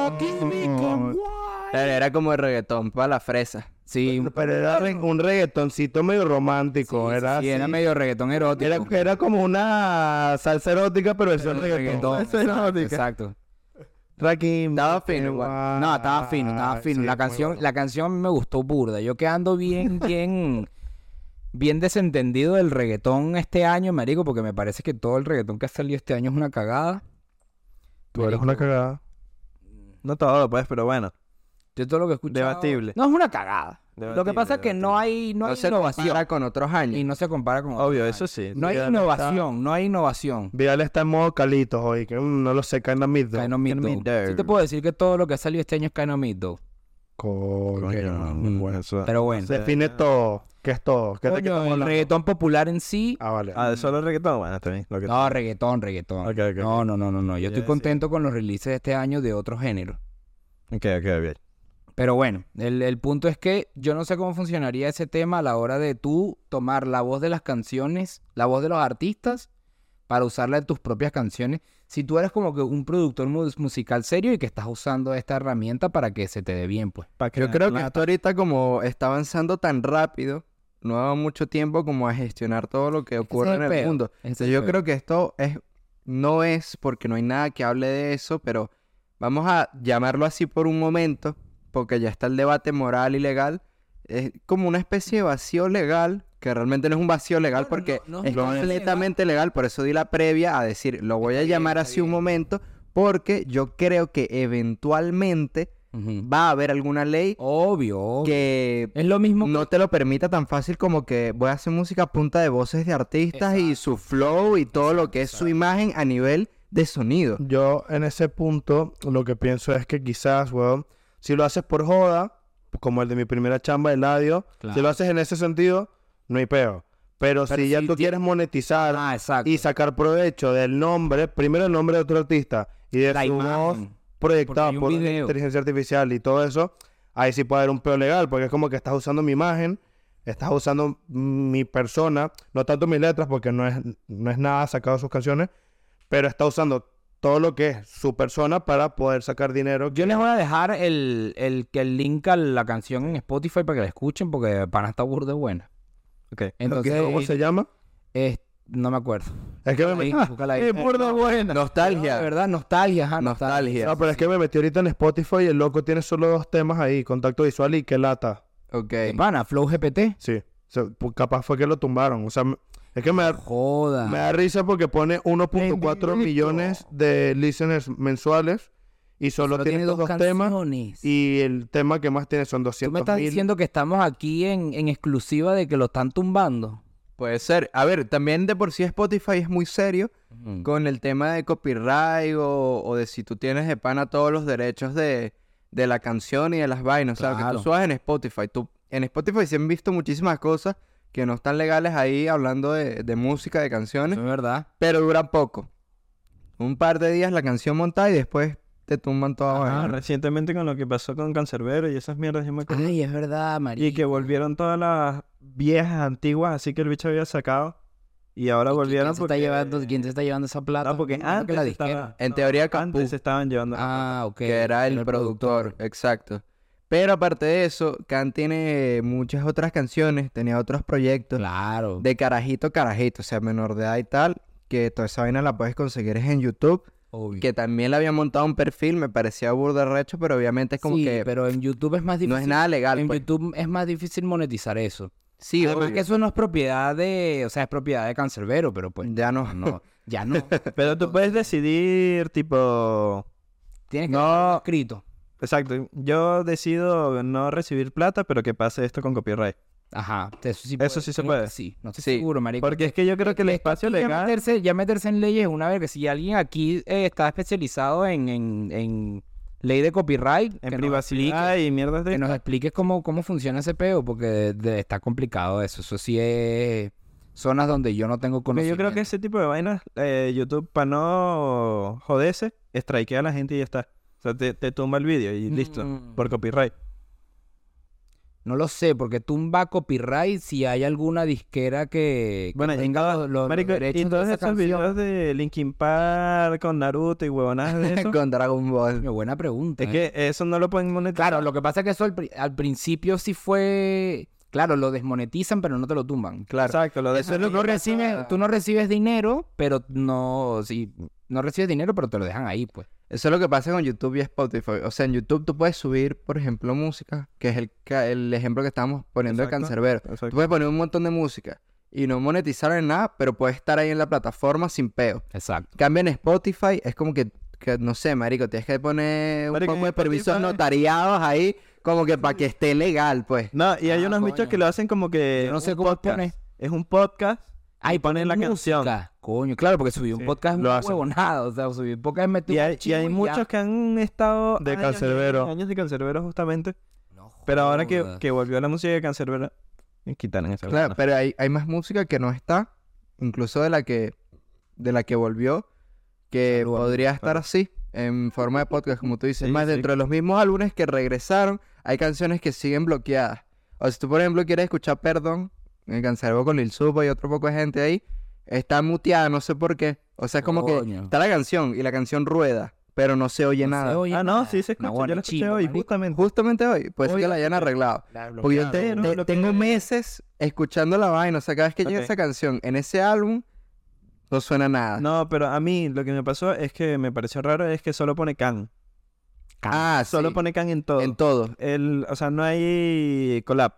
[SPEAKER 2] Era era como el reggaetón para la fresa.
[SPEAKER 4] Sí,
[SPEAKER 3] Pero era re- un reggaetoncito medio romántico.
[SPEAKER 4] sí,
[SPEAKER 3] era,
[SPEAKER 4] sí,
[SPEAKER 3] así.
[SPEAKER 4] era medio reggaetón erótico.
[SPEAKER 3] Era- era como una salsa erótica, pero eso es reggaetón.
[SPEAKER 4] reggaetón.
[SPEAKER 3] Salsa
[SPEAKER 4] Exacto.
[SPEAKER 3] erótica.
[SPEAKER 4] exacto.
[SPEAKER 3] Rakim.
[SPEAKER 2] Estaba fino igual.
[SPEAKER 4] No, estaba fino, estaba
[SPEAKER 3] Ay,
[SPEAKER 4] fino.
[SPEAKER 3] Este, sí,
[SPEAKER 4] la
[SPEAKER 3] muy
[SPEAKER 4] canción,
[SPEAKER 3] bueno.
[SPEAKER 4] la canción a mí me gustó burda. Yo que ando bien, bien, bien desentendido del reggaetón este año, marico, porque me parece que todo el reggaetón que ha salido este año es una cagada.
[SPEAKER 3] Tú eres
[SPEAKER 4] Marico,
[SPEAKER 3] una cagada. Mm.
[SPEAKER 1] No todo, pues, pero bueno.
[SPEAKER 4] Yo todo lo que escucho.
[SPEAKER 1] Debatible.
[SPEAKER 4] No es una cagada. lo que
[SPEAKER 1] Debatible,
[SPEAKER 4] pasa es que no hay, no
[SPEAKER 2] No,
[SPEAKER 4] hay
[SPEAKER 2] se
[SPEAKER 4] innovación.
[SPEAKER 2] compara con otros años.
[SPEAKER 4] Y no se compara con.
[SPEAKER 1] Obvio, eso sí.
[SPEAKER 4] No hay
[SPEAKER 3] Vidal
[SPEAKER 4] innovación, no hay innovación.
[SPEAKER 3] Vidal está en modo calitos hoy, que mm, no lo sé, kinda mid.
[SPEAKER 4] Kind of Meat
[SPEAKER 1] Kind of
[SPEAKER 4] Dog.
[SPEAKER 1] Meat
[SPEAKER 4] Sí
[SPEAKER 1] Dog.
[SPEAKER 4] te puedo decir que todo lo que ha salido este año es Kind of Meat Dog.
[SPEAKER 3] Coño, mm.
[SPEAKER 1] Coño, pues eso-
[SPEAKER 4] Pero bueno.
[SPEAKER 3] Define todo. ¿Qué es todo? ¿Qué te
[SPEAKER 4] Coño,
[SPEAKER 3] quitamos
[SPEAKER 4] el
[SPEAKER 3] la-
[SPEAKER 4] reggaetón popular en sí.
[SPEAKER 3] Ah, vale.
[SPEAKER 1] Ah, solo reggaetón, bueno, está bien. Lo que
[SPEAKER 4] No, reggaetón, reggaetón.
[SPEAKER 1] Ok, ok,
[SPEAKER 4] No, no, no, no, no. Yo estoy
[SPEAKER 1] Ya, sí.
[SPEAKER 4] contento con los releases de este año de otro género.
[SPEAKER 1] Ok, ok, bien.
[SPEAKER 4] Pero bueno, el, el punto es que yo no sé cómo funcionaría ese tema a la hora de tú tomar la voz de las canciones, la voz de los artistas, para usarla en tus propias canciones. Si tú eres como que un productor mu- musical serio y que estás usando esta herramienta para que se te dé bien, pues.
[SPEAKER 1] Pa'
[SPEAKER 2] Yo
[SPEAKER 1] crear
[SPEAKER 2] creo que
[SPEAKER 1] plata.
[SPEAKER 2] esto ahorita como está avanzando tan rápido, no ha dado mucho tiempo como a gestionar todo lo que ocurre
[SPEAKER 4] es el
[SPEAKER 2] en el
[SPEAKER 4] pedo.
[SPEAKER 2] mundo.
[SPEAKER 4] Ese es
[SPEAKER 2] Entonces,
[SPEAKER 4] el
[SPEAKER 2] yo
[SPEAKER 4] pedo.
[SPEAKER 2] creo que esto es no es porque no hay nada que hable de eso, pero vamos a llamarlo así por un momento, porque ya está el debate moral y legal. Es como una especie de vacío legal, que realmente no es un vacío legal
[SPEAKER 4] Bueno,
[SPEAKER 2] porque
[SPEAKER 4] no- no es
[SPEAKER 2] es
[SPEAKER 4] un vacío
[SPEAKER 2] completamente legal, por eso di la previa a decir, lo voy a
[SPEAKER 4] Está bien,
[SPEAKER 2] llamar
[SPEAKER 4] está
[SPEAKER 2] así un
[SPEAKER 4] bien.
[SPEAKER 2] momento, porque yo creo que eventualmente
[SPEAKER 4] Ujú.
[SPEAKER 2] va a haber alguna ley
[SPEAKER 4] Obvio, obvio.
[SPEAKER 2] que
[SPEAKER 4] Es lo mismo.
[SPEAKER 2] no te lo permita tan fácil como que voy a hacer música a punta de voces de artistas y su flow y todo lo que es su imagen a nivel de sonido.
[SPEAKER 3] Yo en ese punto lo que pienso es que quizás, weón, si lo haces por joda, como el de mi primera chamba de ladio, si
[SPEAKER 4] Claro.
[SPEAKER 3] lo haces en ese sentido, no hay peo. Pero,
[SPEAKER 4] Pero
[SPEAKER 3] si ya
[SPEAKER 4] si
[SPEAKER 3] tú
[SPEAKER 4] ti-
[SPEAKER 3] quieres monetizar
[SPEAKER 4] Ah, exacto.
[SPEAKER 3] y sacar provecho del nombre, primero el nombre de otro artista y de
[SPEAKER 4] La
[SPEAKER 3] su voz
[SPEAKER 4] imagen.
[SPEAKER 3] proyectada
[SPEAKER 4] Porque hay un
[SPEAKER 3] por
[SPEAKER 4] video.
[SPEAKER 3] inteligencia artificial y todo eso, ahí sí puede haber un peo legal, porque es como que estás usando mi imagen, estás usando mi persona, no tanto mis letras, porque no es, no es nada sacado de sus canciones, pero está usando todo lo que es su persona para poder sacar dinero.
[SPEAKER 4] Yo les voy a dejar el, el, que el link a la canción en Spotify para que la escuchen porque de Pana está burda de buena.
[SPEAKER 1] Ok.
[SPEAKER 4] Entonces,
[SPEAKER 3] ¿Cómo se llama?
[SPEAKER 4] es- no me acuerdo.
[SPEAKER 3] Es que me
[SPEAKER 4] Ahí,
[SPEAKER 3] metí...
[SPEAKER 4] búscala ahí.
[SPEAKER 3] ¡Qué burda buena!
[SPEAKER 4] eh, No, de
[SPEAKER 2] Nostalgia.
[SPEAKER 4] verdad, nostalgia, ajá, nostalgia.
[SPEAKER 2] eh, Nostalgia.
[SPEAKER 3] No, Ah, pero es que me metí ahorita en Spotify y el loco tiene solo dos temas ahí, contacto visual y que lata.
[SPEAKER 2] Ok.
[SPEAKER 4] De Pana, Flow GPT.
[SPEAKER 3] Sí. O sea, pu- capaz fue que lo tumbaron. O sea, me- es que me da,
[SPEAKER 4] Joda.
[SPEAKER 3] me da risa porque pone 1.4 millones de listeners mensuales y solo,
[SPEAKER 4] Solo
[SPEAKER 3] tiene estos dos temas.
[SPEAKER 4] canciones.
[SPEAKER 3] Y el tema que más tiene
[SPEAKER 4] Tú
[SPEAKER 3] son
[SPEAKER 4] me
[SPEAKER 3] 200
[SPEAKER 4] estás
[SPEAKER 3] mil.
[SPEAKER 4] diciendo que estamos aquí en, en exclusiva de que lo están tumbando.
[SPEAKER 2] Puede ser. A ver, también de por sí Spotify es muy serio con el tema de copyright o, o de si tú tienes de pana todos los derechos de, de la canción y de las vainas. O sea, que
[SPEAKER 4] Claro.
[SPEAKER 2] tú subas en Spotify. Tú, en Spotify se han visto muchísimas cosas que no están legales ahí hablando de, de música, de canciones.
[SPEAKER 4] Eso es verdad.
[SPEAKER 2] pero dura poco. Un par de días la canción montada y después te tumban toda
[SPEAKER 1] Ah,
[SPEAKER 2] vaina.
[SPEAKER 1] recientemente con lo que pasó con Cancerbero y esas mierdas, yo me acuerdo.
[SPEAKER 4] Ay, es verdad, María.
[SPEAKER 1] Y que volvieron todas las viejas antiguas, así que el bicho había sacado. Y ahora
[SPEAKER 4] ¿Quién
[SPEAKER 1] volvieron
[SPEAKER 4] se, está
[SPEAKER 1] porque-
[SPEAKER 4] llevando,
[SPEAKER 3] eh,
[SPEAKER 4] ¿Quién se está llevando esa plata?
[SPEAKER 1] No, porque
[SPEAKER 4] Creo que
[SPEAKER 1] antes
[SPEAKER 4] la
[SPEAKER 1] estaba-
[SPEAKER 4] disquera.
[SPEAKER 2] En teoría Capu,
[SPEAKER 1] Antes se estaban llevando.
[SPEAKER 4] Ah, ok.
[SPEAKER 2] que era el productor, exacto. Pero aparte de eso, Can tiene muchas otras canciones, tenía otros proyectos
[SPEAKER 4] Claro.
[SPEAKER 2] de carajito carajito, o sea, menor de edad y tal, que toda esa vaina la puedes conseguir es en YouTube,
[SPEAKER 4] obvio.
[SPEAKER 2] que también le había montado un perfil, me parecía burda recho, pero obviamente es como
[SPEAKER 4] Sí,
[SPEAKER 2] que
[SPEAKER 4] pero en YouTube es más difícil.
[SPEAKER 2] no es nada legal.
[SPEAKER 4] En
[SPEAKER 2] pues.
[SPEAKER 4] YouTube es más difícil monetizar eso.
[SPEAKER 2] Sí,
[SPEAKER 4] Además
[SPEAKER 2] obvio.
[SPEAKER 4] que eso no es propiedad de, o sea, es propiedad de Cancerbero, pero pues
[SPEAKER 2] ya no.
[SPEAKER 4] no, ya no.
[SPEAKER 1] Pero tú puedes decidir, tipo.
[SPEAKER 4] Tienes que
[SPEAKER 1] No.
[SPEAKER 4] dejarlo escrito.
[SPEAKER 1] Exacto, yo decido no recibir plata, pero que pase esto con copyright.
[SPEAKER 4] Ajá, eso sí,
[SPEAKER 1] Eso sí se
[SPEAKER 4] creo que
[SPEAKER 1] puede.
[SPEAKER 4] Sí, no estoy
[SPEAKER 2] Sí,
[SPEAKER 4] seguro, marico.
[SPEAKER 1] Porque es que yo creo que el espacio
[SPEAKER 4] ya
[SPEAKER 1] legal.
[SPEAKER 4] meterse, ya meterse en leyes es una verga. Si alguien aquí eh, está especializado en, en, en ley de copyright, que
[SPEAKER 1] En
[SPEAKER 4] nos
[SPEAKER 1] privacidad
[SPEAKER 4] explique-
[SPEAKER 1] y mierdas de.
[SPEAKER 4] que nos expliques cómo, cómo funciona ese peo, porque de- de- está complicado eso. Eso sí es zonas donde yo no tengo
[SPEAKER 1] Porque
[SPEAKER 4] conocimiento.
[SPEAKER 1] yo creo que ese tipo de vainas, eh, YouTube, para no joderse, strikea a la gente y ya está. O sea, te, te tumba el vídeo y listo,
[SPEAKER 4] Mm.
[SPEAKER 1] por copyright.
[SPEAKER 4] No lo sé, porque tumba copyright si hay alguna disquera que, que
[SPEAKER 1] Bueno, y
[SPEAKER 4] tenga los, los- los
[SPEAKER 1] Marico,
[SPEAKER 4] derechos
[SPEAKER 1] y
[SPEAKER 4] de
[SPEAKER 1] todos
[SPEAKER 4] esa
[SPEAKER 1] esos
[SPEAKER 4] canción.
[SPEAKER 1] videos de Linkin Park con Naruto y huevonadas
[SPEAKER 4] (laughs)
[SPEAKER 1] de eso,
[SPEAKER 2] (laughs) Con Dragon Ball.
[SPEAKER 4] Coño, Buena pregunta.
[SPEAKER 1] es
[SPEAKER 4] ¿eh?
[SPEAKER 1] que eso no lo pueden monetizar.
[SPEAKER 4] Claro, lo que pasa es que eso al, pri- al principio sí fue... Claro, lo desmonetizan, pero no te lo tumban.
[SPEAKER 2] Claro.
[SPEAKER 1] Exacto, lo de
[SPEAKER 4] Eso es lo que recibes, tú no recibes dinero, pero no... Sí, no recibes dinero, pero te lo dejan ahí, pues.
[SPEAKER 2] Eso es lo que pasa con YouTube y Spotify. O sea, en YouTube tú puedes subir, por ejemplo, música, que es el, ca- el ejemplo que estábamos poniendo de
[SPEAKER 1] Exacto.
[SPEAKER 2] Cancerbero. Tú puedes poner un montón de música y no monetizar en nada, pero puedes estar ahí en la plataforma sin peo.
[SPEAKER 4] Exacto.
[SPEAKER 2] Cambia en Spotify, es como que, que, no sé, marico, tienes que poner un
[SPEAKER 1] Marico, en
[SPEAKER 2] poco de permisos
[SPEAKER 1] Spotify-
[SPEAKER 2] notariados ahí, como que para que esté legal, pues.
[SPEAKER 1] No, y hay
[SPEAKER 4] Ah,
[SPEAKER 1] unos bichos
[SPEAKER 4] coño.
[SPEAKER 1] que lo hacen como que.
[SPEAKER 4] Yo no sé
[SPEAKER 1] Eh, un
[SPEAKER 4] cómo
[SPEAKER 1] podcast.
[SPEAKER 4] pone.
[SPEAKER 1] Es un podcast.
[SPEAKER 4] Ay,
[SPEAKER 1] ponen la canción.
[SPEAKER 4] Coño, claro, porque subí un
[SPEAKER 1] Sí,
[SPEAKER 4] podcast es
[SPEAKER 3] lo
[SPEAKER 4] un
[SPEAKER 3] hacen.
[SPEAKER 4] huevonado. O sea, subí un podcast es meter
[SPEAKER 1] Y
[SPEAKER 4] un
[SPEAKER 1] hay, y hay
[SPEAKER 4] chivo y ya.
[SPEAKER 1] muchos que han estado
[SPEAKER 3] De
[SPEAKER 1] años y años y
[SPEAKER 3] cancerbero.
[SPEAKER 1] Años de cancerbero, justamente. Pero ahora que,
[SPEAKER 4] Joda.
[SPEAKER 1] que volvió la música de Cancerbero, quitaron esa
[SPEAKER 2] Claro,
[SPEAKER 1] vaina.
[SPEAKER 2] pero hay, hay más música que no está, incluso de la que, de la que volvió, que
[SPEAKER 4] Saludos,
[SPEAKER 2] podría estar
[SPEAKER 1] claro.
[SPEAKER 2] así, en forma de podcast, como tú dices.
[SPEAKER 1] Sí,
[SPEAKER 2] más
[SPEAKER 1] sí.
[SPEAKER 2] dentro de los mismos álbumes que regresaron, hay canciones que siguen bloqueadas. O si tú, por ejemplo, quieres escuchar Perdón, el Cancerbero con Lil Supa y otro poco de gente ahí, está muteada, no sé por qué. O sea, es como que
[SPEAKER 4] Coño.
[SPEAKER 2] está la canción y la canción rueda, pero no se oye nada.
[SPEAKER 1] Ah, no, sí se escucha. Yo la escuché hoy, justamente.
[SPEAKER 2] Justamente hoy, pues
[SPEAKER 1] Hoy-
[SPEAKER 2] que la hayan arreglado. Porque yo te-
[SPEAKER 1] bloquearon,
[SPEAKER 2] te-
[SPEAKER 1] lo que-
[SPEAKER 2] tengo meses escuchando la vaina. O sea, cada vez que llega
[SPEAKER 1] Ok.
[SPEAKER 2] esa canción en ese álbum, no suena nada.
[SPEAKER 1] No, pero a mí lo que me pasó es que me pareció raro es que solo pone can.
[SPEAKER 2] ah,
[SPEAKER 1] Solo
[SPEAKER 2] sí,
[SPEAKER 1] pone can en todo.
[SPEAKER 2] en todo.
[SPEAKER 1] el, o sea, no hay collab.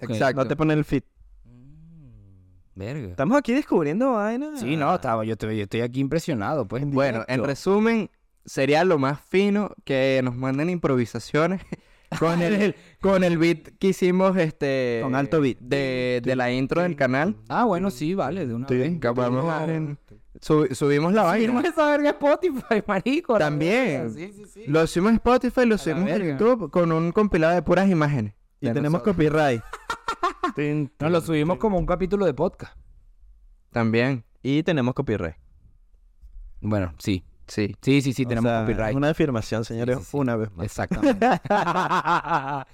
[SPEAKER 2] Exacto.
[SPEAKER 1] No te pone el fit.
[SPEAKER 4] Verga.
[SPEAKER 1] Estamos aquí descubriendo vainas.
[SPEAKER 4] Sí, no, estaba, yo, estoy, yo estoy aquí impresionado, pues.
[SPEAKER 2] Bueno, en
[SPEAKER 4] directo.
[SPEAKER 2] resumen, sería lo más fino que nos manden
[SPEAKER 1] (laughs)
[SPEAKER 2] improvisaciones con el, con el beat que hicimos este
[SPEAKER 1] Con alto beat.
[SPEAKER 2] de, de la intro del canal.
[SPEAKER 4] Ah, bueno, sí, vale, de una vez.
[SPEAKER 2] Que podemos
[SPEAKER 4] (laughs)
[SPEAKER 2] dar en- sub- subimos la vaina.
[SPEAKER 4] Firma esa verga Spotify, (laughs) marico. la
[SPEAKER 2] También.
[SPEAKER 4] verga, Sí, sí, sí.
[SPEAKER 2] Lo subimos en Spotify, lo
[SPEAKER 4] la
[SPEAKER 2] subimos en
[SPEAKER 4] verga.
[SPEAKER 2] YouTube con un compilado de puras imágenes.
[SPEAKER 1] Y
[SPEAKER 2] de
[SPEAKER 1] tenemos
[SPEAKER 2] nosotros.
[SPEAKER 1] copyright.
[SPEAKER 4] Nos lo subimos como un capítulo de podcast.
[SPEAKER 2] También,
[SPEAKER 1] Y tenemos copyright.
[SPEAKER 4] Bueno, sí.
[SPEAKER 2] sí.
[SPEAKER 4] Sí, sí, sí,
[SPEAKER 1] O
[SPEAKER 4] tenemos
[SPEAKER 1] sea,
[SPEAKER 4] copyright.
[SPEAKER 1] Una afirmación, señores,
[SPEAKER 4] Sí, sí, sí.
[SPEAKER 1] una vez más.
[SPEAKER 4] Exactamente.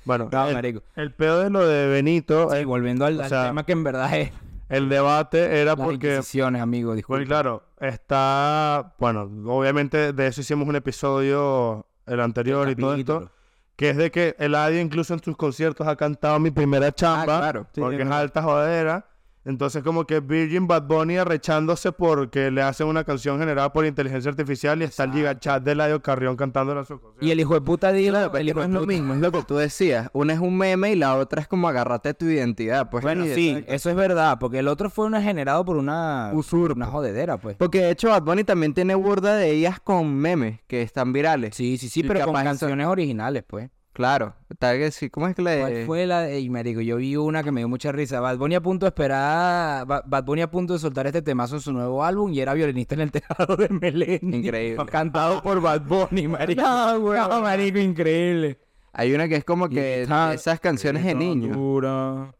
[SPEAKER 3] Bueno,
[SPEAKER 4] no,
[SPEAKER 3] el,
[SPEAKER 4] marico.
[SPEAKER 3] el peor de lo de Benito,
[SPEAKER 4] Sí,
[SPEAKER 3] el,
[SPEAKER 4] volviendo al,
[SPEAKER 3] o
[SPEAKER 4] al
[SPEAKER 3] sea,
[SPEAKER 4] tema que en verdad es
[SPEAKER 3] el debate era
[SPEAKER 4] las
[SPEAKER 3] porque
[SPEAKER 4] inquisiciones, amigo,
[SPEAKER 3] Bueno, y
[SPEAKER 4] disculpe.
[SPEAKER 3] claro, está. Bueno, obviamente de eso hicimos un episodio, el anterior y todo esto,
[SPEAKER 4] Capítulo.
[SPEAKER 3] que es de que el Eladio incluso en sus conciertos ha cantado mi primera chamba,
[SPEAKER 2] claro.
[SPEAKER 1] Ah, Sí,
[SPEAKER 3] porque
[SPEAKER 1] es
[SPEAKER 3] es
[SPEAKER 1] verdad.
[SPEAKER 3] alta jodera. Entonces, como que Virgin Bad Bunny arrechándose porque le hacen una canción generada por inteligencia artificial y está el gigachat de Eladio Carrión cantándola a su concierto.
[SPEAKER 4] Y el hijo de puta dijo,
[SPEAKER 2] Claro, pero
[SPEAKER 4] el
[SPEAKER 2] es que
[SPEAKER 4] hijo de
[SPEAKER 2] no es lo
[SPEAKER 4] puta-
[SPEAKER 2] mismo, es lo que tú decías. Una es un meme y la otra es como agarrate tu identidad. Pues
[SPEAKER 4] Bueno, sí, eso es verdad, porque el otro fue una generado por una, una jodedera, pues.
[SPEAKER 2] Porque de hecho Bad Bunny también tiene burda de ellas con memes que están virales.
[SPEAKER 4] Sí, sí, sí,
[SPEAKER 2] Y
[SPEAKER 4] pero con
[SPEAKER 2] capaz eso-
[SPEAKER 4] canciones originales, pues.
[SPEAKER 2] Claro. Tal que sí, ¿Cómo es que le
[SPEAKER 4] ¿Cuál fue la de... Ey, marico, yo vi una que me dio mucha risa. Bad Bunny a punto de esperar... Ba- Bad Bunny a punto de soltar este temazo en su nuevo álbum y era violinista en el tejado de Melendi.
[SPEAKER 2] Increíble.
[SPEAKER 4] (laughs) Cantado por Bad Bunny, marico. no, güey. No, marico, increíble.
[SPEAKER 2] Hay una que es como que
[SPEAKER 4] está-
[SPEAKER 2] esas canciones de niño.
[SPEAKER 4] Dura,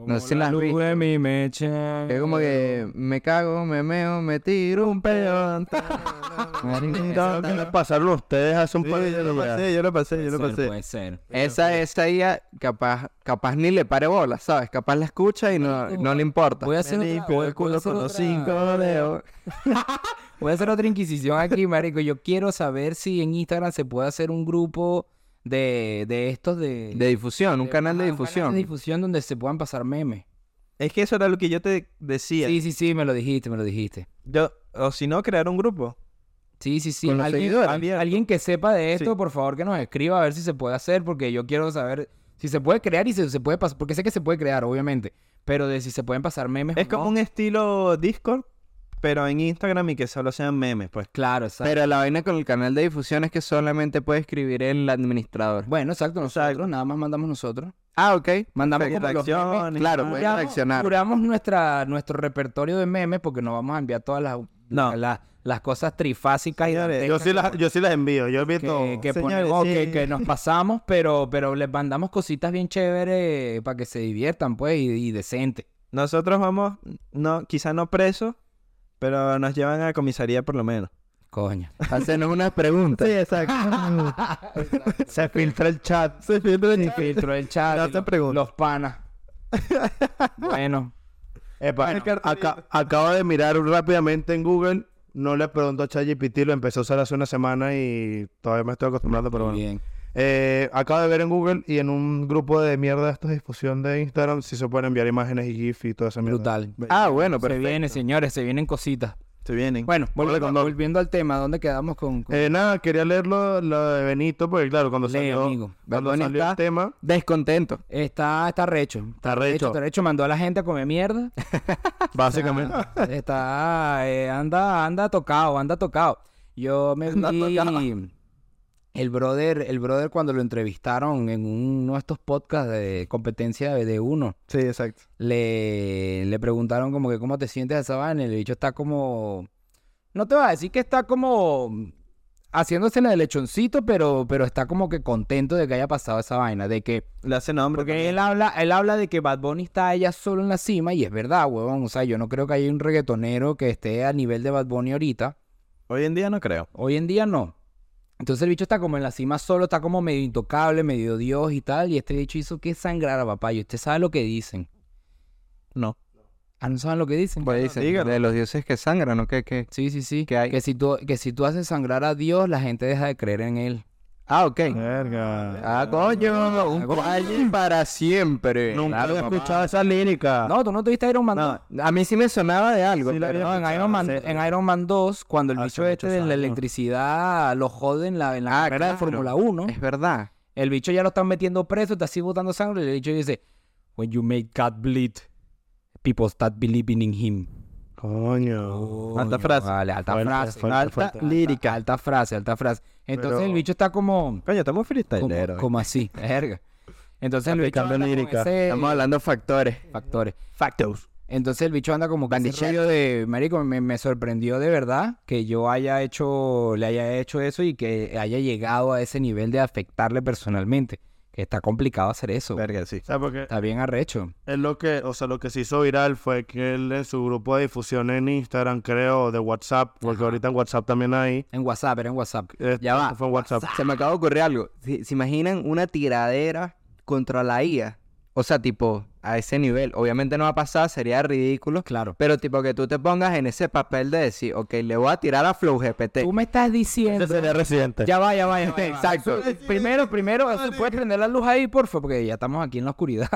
[SPEAKER 2] (laughs) No sé si las vi.
[SPEAKER 4] de mi mecha.
[SPEAKER 2] Que es como que me cago, me meo, me tiro
[SPEAKER 4] (laughs)
[SPEAKER 2] un peón.
[SPEAKER 3] Creo que la pasaron ustedes hace un par de
[SPEAKER 1] yo lo
[SPEAKER 3] días.
[SPEAKER 1] pasé, yo lo pasé, yo lo
[SPEAKER 4] Puede ser,
[SPEAKER 1] pasé.
[SPEAKER 4] puede ser.
[SPEAKER 2] Esa, esa IA capaz, capaz ni le pare bola, ¿sabes? Capaz la escucha y no, no le importa.
[SPEAKER 4] Voy a hacer
[SPEAKER 1] Me
[SPEAKER 4] otra-
[SPEAKER 1] limpio el
[SPEAKER 4] voy a
[SPEAKER 1] culo
[SPEAKER 4] hacer
[SPEAKER 1] con los
[SPEAKER 4] otra-
[SPEAKER 1] cinco dedos.
[SPEAKER 4] Voy a hacer otra inquisición aquí, marico. Yo quiero saber si en Instagram se puede hacer un grupo de, de estos de...
[SPEAKER 2] De difusión, un
[SPEAKER 4] de-
[SPEAKER 2] canal de
[SPEAKER 4] ah, un canal
[SPEAKER 2] difusión.
[SPEAKER 4] de difusión donde se puedan pasar memes.
[SPEAKER 1] Es que eso era lo que yo te decía.
[SPEAKER 4] Sí, sí, sí, me lo dijiste, me lo dijiste.
[SPEAKER 1] Yo, o si no, crear un grupo.
[SPEAKER 4] Sí, sí, sí.
[SPEAKER 2] Con los
[SPEAKER 4] Alguien,
[SPEAKER 2] seguidores.
[SPEAKER 4] alguien- alguien que sepa de esto,
[SPEAKER 1] Sí.
[SPEAKER 4] por favor, que nos escriba a ver si se puede hacer, porque yo quiero saber si se puede crear y si se puede pasar, porque sé que se puede crear, obviamente, pero de si se pueden pasar memes.
[SPEAKER 1] Es
[SPEAKER 4] o
[SPEAKER 1] como
[SPEAKER 4] no.
[SPEAKER 1] un estilo Discord, pero en Instagram y que solo sean memes, pues.
[SPEAKER 4] Claro, exacto.
[SPEAKER 2] Pero la vaina con el canal de difusión es que solamente puede escribir el administrador.
[SPEAKER 4] Bueno, exacto, nosotros nada más mandamos nosotros.
[SPEAKER 2] Ah, ok.
[SPEAKER 4] Mandamos como los memes. pues,
[SPEAKER 1] Interacciones.
[SPEAKER 2] Claro,
[SPEAKER 1] ah,
[SPEAKER 2] puede
[SPEAKER 4] Curamos-
[SPEAKER 2] reaccionar.
[SPEAKER 4] Curamos nuestra, nuestro repertorio de memes porque no vamos a enviar todas las,
[SPEAKER 1] No.
[SPEAKER 4] las, las cosas trifásicas y
[SPEAKER 1] Señores,
[SPEAKER 3] Yo
[SPEAKER 4] dantescas
[SPEAKER 3] sí las, yo sí las envío, yo he
[SPEAKER 4] que,
[SPEAKER 3] visto.
[SPEAKER 4] que
[SPEAKER 1] Señores,
[SPEAKER 4] ponemos, que-
[SPEAKER 1] sí.
[SPEAKER 4] que nos pasamos, pero, pero les mandamos cositas bien chéveres para que se diviertan, pues, y, y decente.
[SPEAKER 1] Nosotros vamos, no, quizá no presos, pero nos llevan a comisaría por lo menos.
[SPEAKER 4] Coño.
[SPEAKER 2] Hacernos unas preguntas.
[SPEAKER 1] exacto.
[SPEAKER 4] (laughs)
[SPEAKER 3] Se filtra el chat.
[SPEAKER 1] Se filtra el
[SPEAKER 4] Se filtró el chat.
[SPEAKER 1] No
[SPEAKER 4] y
[SPEAKER 1] te
[SPEAKER 4] los-
[SPEAKER 1] pregunto.
[SPEAKER 4] Los panas. bueno.
[SPEAKER 3] Epa, Eh, aca- acabo de mirar rápidamente en Google. No le pregunto a ChatGPT, lo empecé a usar hace una semana y todavía me estoy acostumbrando, pero
[SPEAKER 4] Muy
[SPEAKER 3] bueno.
[SPEAKER 4] bien.
[SPEAKER 3] Eh, acabo de ver en Google y en un grupo de mierda de estos de difusión de Instagram si se pueden enviar imágenes y GIF y toda esa mierda.
[SPEAKER 4] Brutal.
[SPEAKER 2] Ah, bueno,
[SPEAKER 4] se
[SPEAKER 2] perfecto.
[SPEAKER 4] viene, señores, se vienen cositas.
[SPEAKER 1] Se vienen.
[SPEAKER 4] Bueno, volviendo,
[SPEAKER 3] condón.
[SPEAKER 4] volviendo al tema, ¿dónde quedamos con, con-
[SPEAKER 3] Eh, nada, quería leerlo lo de Benito, porque claro, cuando
[SPEAKER 4] Lee,
[SPEAKER 3] salió,
[SPEAKER 4] amigo.
[SPEAKER 3] cuando
[SPEAKER 2] Bad Bunny
[SPEAKER 3] salió
[SPEAKER 2] está-
[SPEAKER 3] el tema,
[SPEAKER 2] Descontento.
[SPEAKER 4] Está, está recho. Está
[SPEAKER 3] recho.
[SPEAKER 4] Está recho. Mandó a la gente a comer mierda. (laughs)
[SPEAKER 3] básicamente.
[SPEAKER 4] Está, eh, anda, anda tocado, anda tocado. Yo me vi el brother, el brother cuando lo entrevistaron en uno de estos podcasts de competencia de uno,
[SPEAKER 1] Sí, exacto.
[SPEAKER 4] le, le preguntaron como que cómo te sientes de esa vaina y el bicho está como, no te va a decir que está como haciéndose la de lechoncito, pero, pero está como que contento de que haya pasado esa vaina, de que...
[SPEAKER 1] Le hace nombre.
[SPEAKER 4] Porque
[SPEAKER 1] también.
[SPEAKER 4] él habla, él habla de que Bad Bunny está ella solo en la cima y es verdad, huevón. O sea, yo no creo que haya un reggaetonero que esté a nivel de Bad Bunny ahorita.
[SPEAKER 1] Hoy en día no creo.
[SPEAKER 4] Hoy en día no. Entonces el bicho está como en la cima solo, está como medio intocable, medio Dios y tal. Y este bicho hizo que sangrara, papá. Y usted sabe lo que dicen.
[SPEAKER 1] No.
[SPEAKER 4] Ah, no saben lo que dicen.
[SPEAKER 2] Pues dicen,
[SPEAKER 1] dígalo.
[SPEAKER 2] de los dioses que sangran, ¿no? Que, que...
[SPEAKER 4] Sí, sí, sí.
[SPEAKER 2] Que hay-
[SPEAKER 4] Que, si tú, que si tú haces sangrar a Dios, la gente deja de creer en él.
[SPEAKER 2] Ah, ok.
[SPEAKER 1] Verga.
[SPEAKER 2] Ah, coño, un cual para siempre.
[SPEAKER 3] Nunca
[SPEAKER 2] Claro,
[SPEAKER 3] había
[SPEAKER 2] papá.
[SPEAKER 3] escuchado esa lírica.
[SPEAKER 4] No, tú no tuviste Iron Man
[SPEAKER 1] Ah. No,
[SPEAKER 4] 2?
[SPEAKER 2] A mí sí me sonaba de algo.
[SPEAKER 1] Sí la
[SPEAKER 2] pero-
[SPEAKER 1] había
[SPEAKER 4] No, en Iron, Man,
[SPEAKER 1] escuchado, sí.
[SPEAKER 4] en Iron Man 2, cuando el
[SPEAKER 1] Hace
[SPEAKER 4] bicho este
[SPEAKER 1] muchos
[SPEAKER 4] de la
[SPEAKER 1] años.
[SPEAKER 4] electricidad lo jode en la, en la
[SPEAKER 2] Ah,
[SPEAKER 4] carrera de
[SPEAKER 2] claro.
[SPEAKER 4] Fórmula 1,
[SPEAKER 2] Es verdad.
[SPEAKER 4] el bicho ya lo están metiendo preso, está así botando sangre, y el bicho dice, When you make God bleed, people start believing in him.
[SPEAKER 3] Coño.
[SPEAKER 1] alta
[SPEAKER 4] Coño,
[SPEAKER 1] frase.
[SPEAKER 4] Vale, alta
[SPEAKER 3] Fuerte,
[SPEAKER 4] frase.
[SPEAKER 3] fuerte,
[SPEAKER 4] alta
[SPEAKER 3] fuerte.
[SPEAKER 4] lírica. Alta frase, alta frase. Entonces
[SPEAKER 3] Pero-
[SPEAKER 4] el bicho está como...
[SPEAKER 1] Coño, estamos freestyleros.
[SPEAKER 4] Como, como así, (laughs) verga. Entonces el bicho
[SPEAKER 3] Aplicando
[SPEAKER 4] anda con
[SPEAKER 3] lírica.
[SPEAKER 4] ese-
[SPEAKER 2] Estamos hablando de factores.
[SPEAKER 4] factores.
[SPEAKER 1] Factos.
[SPEAKER 4] Entonces el bicho anda como que
[SPEAKER 2] Dandy
[SPEAKER 4] ese rollo de marico me, me sorprendió de verdad que yo haya hecho le haya hecho eso y que haya llegado a ese nivel de afectarle personalmente, que está complicado hacer eso.
[SPEAKER 1] Verga, sí.
[SPEAKER 3] O sea, porque
[SPEAKER 4] Está bien arrecho.
[SPEAKER 3] es lo que, o sea, lo que se hizo viral fue que él en su grupo de difusión en Instagram, creo, de WhatsApp, porque ahorita en WhatsApp también hay.
[SPEAKER 4] En WhatsApp, era en WhatsApp.
[SPEAKER 3] eh,
[SPEAKER 2] Ya va.
[SPEAKER 3] Fue en WhatsApp.
[SPEAKER 2] Se me acaba de ocurrir algo. ¿Se, se imaginan una tiradera contra la IA? O sea, tipo, a ese nivel. Obviamente no va a pasar, sería ridículo.
[SPEAKER 4] Claro.
[SPEAKER 2] Pero tipo que tú te pongas en ese papel de decir, ok, le voy a tirar a Flow GPT.
[SPEAKER 4] Tú me estás diciendo.
[SPEAKER 3] Ese Este sería residente.
[SPEAKER 4] Ya va, ya va, ya va, ya va.
[SPEAKER 2] Exacto.
[SPEAKER 4] Eso- Primero, primero, puedes prender la luz ahí, por favor, porque ya estamos aquí en la oscuridad.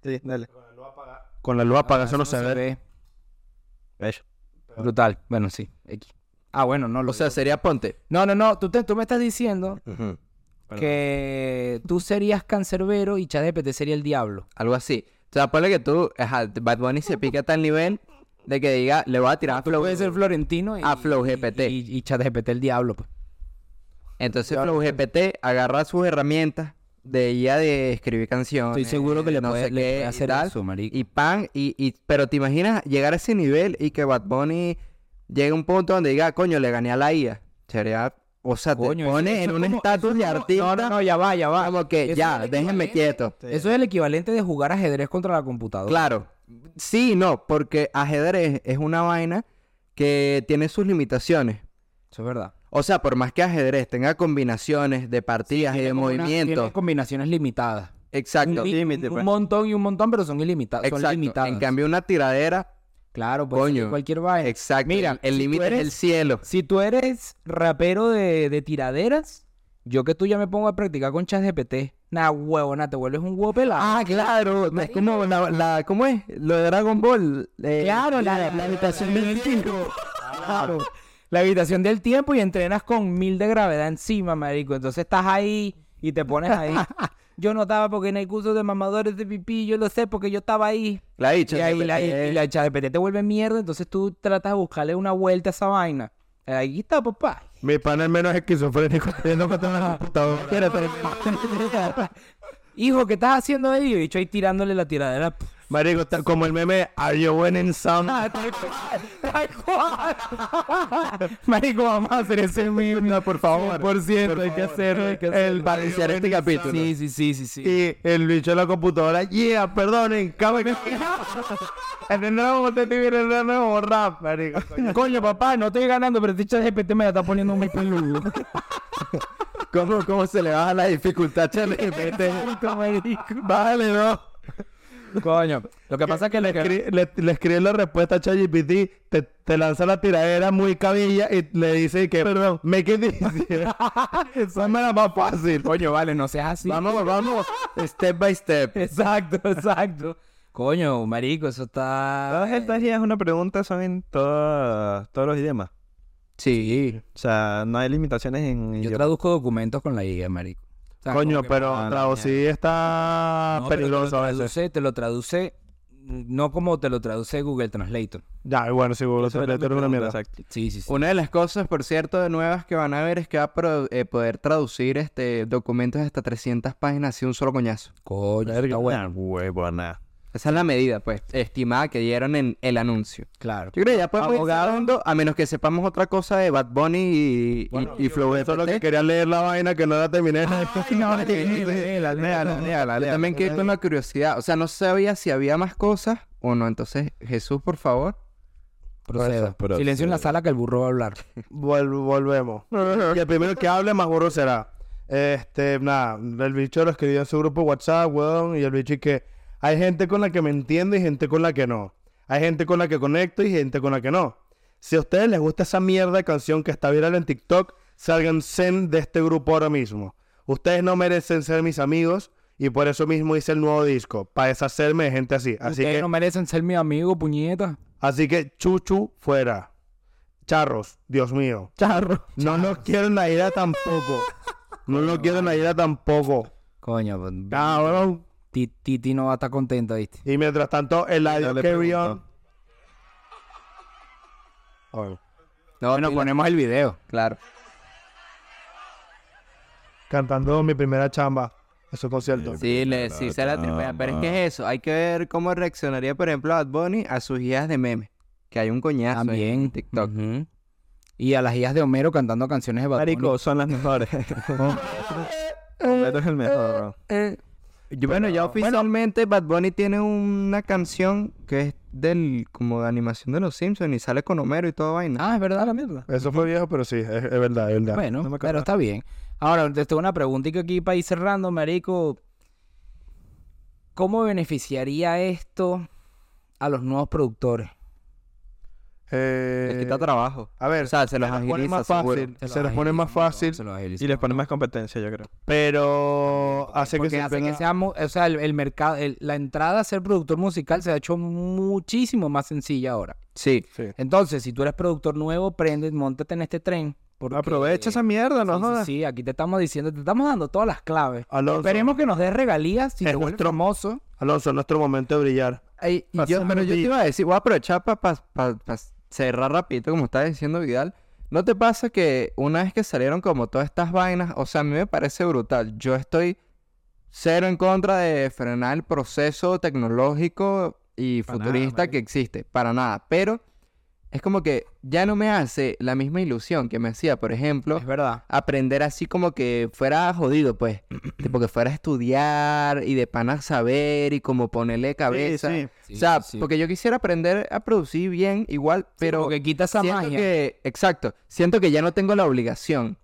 [SPEAKER 1] Sí, dale.
[SPEAKER 3] Con la luz apagada, eso
[SPEAKER 4] Eso
[SPEAKER 3] no se ve.
[SPEAKER 1] Eso.
[SPEAKER 4] Brutal. Bueno, sí. X. Ah, bueno, no lo
[SPEAKER 2] O sea,
[SPEAKER 4] sé.
[SPEAKER 2] sería ponte.
[SPEAKER 4] No, no, no. Tú, te- tú me estás diciendo que tú serías cancerbero y ChatGPT sería el diablo.
[SPEAKER 2] Algo así. O sea, ponle que tú, ajá, Bad Bunny se pica a tal nivel de que diga, le voy a tirar a Flow.
[SPEAKER 4] Puede ser florentino y,
[SPEAKER 2] A Flow GPT.
[SPEAKER 4] y, y ChatGPT el diablo. pues.
[SPEAKER 2] Entonces Flow GPT agarra sus herramientas de IA de escribir canciones.
[SPEAKER 4] Estoy seguro que le
[SPEAKER 2] no
[SPEAKER 4] puede-
[SPEAKER 2] sé
[SPEAKER 4] le
[SPEAKER 2] qué
[SPEAKER 4] puede
[SPEAKER 2] y
[SPEAKER 4] hacer
[SPEAKER 2] tal.
[SPEAKER 4] eso, marico.
[SPEAKER 2] Y pan, y, y- pero te imaginas llegar a ese nivel y que Bad Bunny llegue a un punto donde diga, coño, le gané a la IA. Sería, o sea,
[SPEAKER 4] Coño,
[SPEAKER 2] te
[SPEAKER 4] eso-
[SPEAKER 2] pone
[SPEAKER 4] eso
[SPEAKER 2] en
[SPEAKER 4] es
[SPEAKER 2] un
[SPEAKER 4] como-
[SPEAKER 2] estatus de artista.
[SPEAKER 4] No, no, no, ya va, ya va.
[SPEAKER 2] Como que
[SPEAKER 4] Eso es
[SPEAKER 2] ya,
[SPEAKER 4] el
[SPEAKER 2] déjenme
[SPEAKER 4] equivalente-
[SPEAKER 2] quieto.
[SPEAKER 4] Eso es el equivalente de jugar ajedrez contra la computadora.
[SPEAKER 2] Claro. Sí, y no, porque ajedrez es una vaina que tiene sus limitaciones.
[SPEAKER 4] Eso es verdad.
[SPEAKER 2] O sea, por más que ajedrez tenga combinaciones de partidas y de
[SPEAKER 4] Tiene una- tiene
[SPEAKER 2] movimientos.
[SPEAKER 4] combinaciones limitadas.
[SPEAKER 2] Exacto.
[SPEAKER 4] Un, li-
[SPEAKER 1] Límite,
[SPEAKER 4] un
[SPEAKER 1] pues.
[SPEAKER 4] montón y un montón, pero son ilimitadas. Son
[SPEAKER 2] Exacto.
[SPEAKER 4] limitadas.
[SPEAKER 2] En cambio, una tiradera,
[SPEAKER 4] claro, pues
[SPEAKER 2] coño.
[SPEAKER 4] cualquier vaina.
[SPEAKER 2] exacto.
[SPEAKER 4] Mira,
[SPEAKER 2] el
[SPEAKER 4] si tú
[SPEAKER 2] límite es el
[SPEAKER 4] eres-
[SPEAKER 2] cielo.
[SPEAKER 4] Si tú eres rapero de, de tiraderas, yo que tú ya me pongo a practicar con ChatGPT. Nah, huevona, te vuelves un huevo pelado.
[SPEAKER 2] Ah, claro. Es como la, la- ¿cómo es? Lo de Dragon Ball. eh,
[SPEAKER 4] Claro, la- la- Ah,
[SPEAKER 2] habitación del tiempo.
[SPEAKER 4] Claro. La habitación del tiempo y entrenas con mil de gravedad encima, marico. Entonces estás ahí y te pones ahí. Yo no estaba porque en el curso de mamadores de pipí, yo lo sé porque yo estaba ahí.
[SPEAKER 2] La
[SPEAKER 4] Y
[SPEAKER 2] dicha.
[SPEAKER 4] ahí la, y- y la ChatGPT te vuelve mierda, entonces tú tratas de buscarle una vuelta a esa vaina. Ahí está, papá.
[SPEAKER 3] Mi pana es menos (laughs) esquizofrénico teniendo contra la computadora.
[SPEAKER 4] Hijo, ¿qué estás haciendo ahí? Y el bicho ahí tirándole la tiradera. Pff,
[SPEAKER 3] Marico, está como el meme Are you winning sound?
[SPEAKER 4] Tal cual. (laughs) Marico, vamos a hacer ese meme. por favor. Por cierto, hay que hacerlo. hay que
[SPEAKER 3] El
[SPEAKER 4] hacerlo.
[SPEAKER 3] parecer este capítulo.
[SPEAKER 4] Sí, sí, sí, sí, sí.
[SPEAKER 3] Y el bicho de la computadora, yeah, perdonen,
[SPEAKER 4] (laughs)
[SPEAKER 3] cabe que. En el nuevo TV, en el nuevo rap, marico.
[SPEAKER 4] Coño, papá, no estoy ganando, pero este ChatGPT me la está poniendo muy (laughs) peludo.
[SPEAKER 2] ¿Cómo, ¿Cómo se le baja la dificultad,
[SPEAKER 4] (laughs)
[SPEAKER 2] Charlie?
[SPEAKER 3] Vale, no.
[SPEAKER 4] Coño, lo que pasa es que
[SPEAKER 3] le,
[SPEAKER 4] lo (laughs) que-
[SPEAKER 3] escri- le, le escribe la respuesta a ChatGPT, te, te lanza la tiradera muy cabilla y le dice que, perdón, make it (laughs) easier. Esa es la más fácil.
[SPEAKER 4] Coño, vale, no seas así.
[SPEAKER 2] Vamos, vamos. Step by step.
[SPEAKER 4] Exacto, exacto. Coño, marico, eso está...
[SPEAKER 1] Todas estas ideas, una pregunta, son en toda- todos los idiomas.
[SPEAKER 2] Sí.
[SPEAKER 1] O sea, no hay limitaciones en
[SPEAKER 4] Yo
[SPEAKER 1] idioma.
[SPEAKER 4] traduzco documentos con la guía, marico. O sea,
[SPEAKER 3] Coño,
[SPEAKER 4] como que-
[SPEAKER 3] pero
[SPEAKER 1] ah, la
[SPEAKER 3] traducir está
[SPEAKER 4] No, pero
[SPEAKER 3] peligroso a
[SPEAKER 4] te lo
[SPEAKER 3] veces.
[SPEAKER 4] traduce, te lo traduce, no como te lo traduce Google Translator.
[SPEAKER 3] Ya, bueno, seguro,
[SPEAKER 1] Esa
[SPEAKER 3] se
[SPEAKER 1] era mi
[SPEAKER 3] le una
[SPEAKER 1] pregunta,
[SPEAKER 3] mierda.
[SPEAKER 1] exacto.
[SPEAKER 4] Sí, sí, sí.
[SPEAKER 2] Una de las cosas, por cierto, de nuevas que van a ver es que va a pro- eh, poder traducir este documentos de hasta 300 páginas así un solo coñazo.
[SPEAKER 4] Coño, eso está bueno.
[SPEAKER 1] Una huevona.
[SPEAKER 2] Esa es la medida, pues, estimada que dieron en el anuncio.
[SPEAKER 4] Claro.
[SPEAKER 2] Yo creo que ya podemos ir
[SPEAKER 4] Abogado.
[SPEAKER 2] cerrando, a menos que sepamos otra cosa de Bad Bunny y, y, y Flow
[SPEAKER 3] Eso es lo
[SPEAKER 2] GPT.
[SPEAKER 3] que quería leer la vaina que no la terminé.
[SPEAKER 2] (laughs) Yo también quedé con la curiosidad. O sea, no sabía si había más cosas o no. Entonces, Jesús, por favor.
[SPEAKER 4] Proceda.
[SPEAKER 1] proceda.
[SPEAKER 4] Silencio en la sala que el burro va a (laughs) hablar.
[SPEAKER 3] Vol-
[SPEAKER 1] (laughs)
[SPEAKER 3] volvemos. y el primero que hable más burro será. Este, nada, el bicho lo escribió en su grupo de WhatsApp, weón, y el bicho y que hay gente con la que me entiendo y gente con la que no. Hay gente con la que conecto y gente con la que no. Si a ustedes les gusta esa mierda de canción que está viral en TikTok, salgan zen de este grupo ahora mismo. Ustedes no merecen ser mis amigos y por eso mismo hice el nuevo disco, para deshacerme de gente así. Así
[SPEAKER 4] Ustedes
[SPEAKER 3] que
[SPEAKER 4] no merecen ser mi amigo, puñeta.
[SPEAKER 3] Así que Chuchu fuera. Charros, Dios mío. Charros. No nos quieren la ira tampoco. No nos quieren la ira tampoco.
[SPEAKER 4] Coño, pues,
[SPEAKER 3] Cabrón.
[SPEAKER 4] Ti- Titi no va a estar contento, ¿viste?
[SPEAKER 3] Y mientras tanto, el
[SPEAKER 1] Ya
[SPEAKER 3] audio
[SPEAKER 1] le
[SPEAKER 3] carry
[SPEAKER 1] preguntó.
[SPEAKER 3] on. Oye,
[SPEAKER 2] No,
[SPEAKER 4] Bueno,
[SPEAKER 2] Tila,
[SPEAKER 4] ponemos el video.
[SPEAKER 2] Claro.
[SPEAKER 3] Cantando mi primera chamba. Eso es concierto.
[SPEAKER 2] Sí, le, sí, se la tripea. Pero es que es eso. Hay que ver cómo reaccionaría, por ejemplo, Bad Bunny a sus guías de memes. Que hay un coñazo ahí en
[SPEAKER 4] También.
[SPEAKER 2] TikTok.
[SPEAKER 4] Ujú. Ah, Y a las hijas de Homero cantando canciones de Bad Bunny.
[SPEAKER 1] Marico, son las (laughs) mejores. Homero es el mejor, bro.
[SPEAKER 2] Yo- bueno, ya oficialmente Bad Bunny tiene una canción que es del como de animación de los Simpsons y sale con Homero y toda vaina.
[SPEAKER 4] Ah, es verdad la mierda.
[SPEAKER 3] Eso fue viejo, pero sí, es, es verdad, es verdad.
[SPEAKER 4] Bueno,
[SPEAKER 3] No me
[SPEAKER 4] pero
[SPEAKER 3] acuerdo.
[SPEAKER 4] está bien. Ahora, te tengo una preguntita aquí para ir cerrando, marico. ¿Cómo beneficiaría esto a los nuevos productores?
[SPEAKER 3] Eh,
[SPEAKER 2] Les quita trabajo.
[SPEAKER 3] a ver,
[SPEAKER 2] O sea, se los
[SPEAKER 3] se les pone
[SPEAKER 2] agiliza,
[SPEAKER 3] más
[SPEAKER 2] seguro.
[SPEAKER 3] fácil.
[SPEAKER 4] Se los
[SPEAKER 3] Se les pone
[SPEAKER 4] agiliza
[SPEAKER 3] más
[SPEAKER 4] un montón,
[SPEAKER 3] fácil,
[SPEAKER 4] se los agiliza
[SPEAKER 1] Y
[SPEAKER 4] un
[SPEAKER 1] les
[SPEAKER 4] montón.
[SPEAKER 1] ponen más competencia, yo creo.
[SPEAKER 3] pero hace que
[SPEAKER 4] Porque
[SPEAKER 3] se
[SPEAKER 4] hace que
[SPEAKER 3] pierda-
[SPEAKER 4] sea, mu- o sea, el, el mercado, el- la entrada a ser productor musical se ha hecho muchísimo más sencilla ahora.
[SPEAKER 2] Sí.
[SPEAKER 3] Sí.
[SPEAKER 4] Entonces, si tú eres productor nuevo, prende, montate en este tren. porque-
[SPEAKER 1] Aprovecha esa mierda, no
[SPEAKER 4] Sí, sí,
[SPEAKER 1] jodas.
[SPEAKER 4] sí, aquí te estamos diciendo, te estamos dando todas las claves.
[SPEAKER 3] Alonso.
[SPEAKER 4] Esperemos que nos des regalías si
[SPEAKER 3] Es
[SPEAKER 4] te vuelves
[SPEAKER 3] nuestro-
[SPEAKER 4] famoso.
[SPEAKER 3] Alonso, nuestro momento de brillar.
[SPEAKER 2] Ay, y yo,
[SPEAKER 3] Pasamos
[SPEAKER 2] pero yo te
[SPEAKER 3] de-
[SPEAKER 2] iba a decir, voy a aprovechar para cerrar rapidito, como estaba diciendo Vidal. ¿No te pasa que una vez que salieron como todas estas vainas, o sea, a mí me parece brutal. Yo estoy cero en contra de frenar el proceso tecnológico y
[SPEAKER 1] Pa' nada,
[SPEAKER 2] futurista que existe, para nada. Pero es como que ya no me hace la misma ilusión que me hacía, por ejemplo,
[SPEAKER 4] Es verdad.
[SPEAKER 2] aprender así como que fuera
[SPEAKER 4] (clears throat)
[SPEAKER 2] jodido, pues. tipo que fuera a estudiar y de pana saber y como ponerle cabeza.
[SPEAKER 1] sí.
[SPEAKER 4] Sí,
[SPEAKER 2] o sea,
[SPEAKER 4] sí.
[SPEAKER 2] porque yo quisiera aprender a producir bien igual, pero
[SPEAKER 4] que quita esa
[SPEAKER 2] siento
[SPEAKER 4] magia.
[SPEAKER 2] que... Exacto. Siento que ya no tengo la obligación.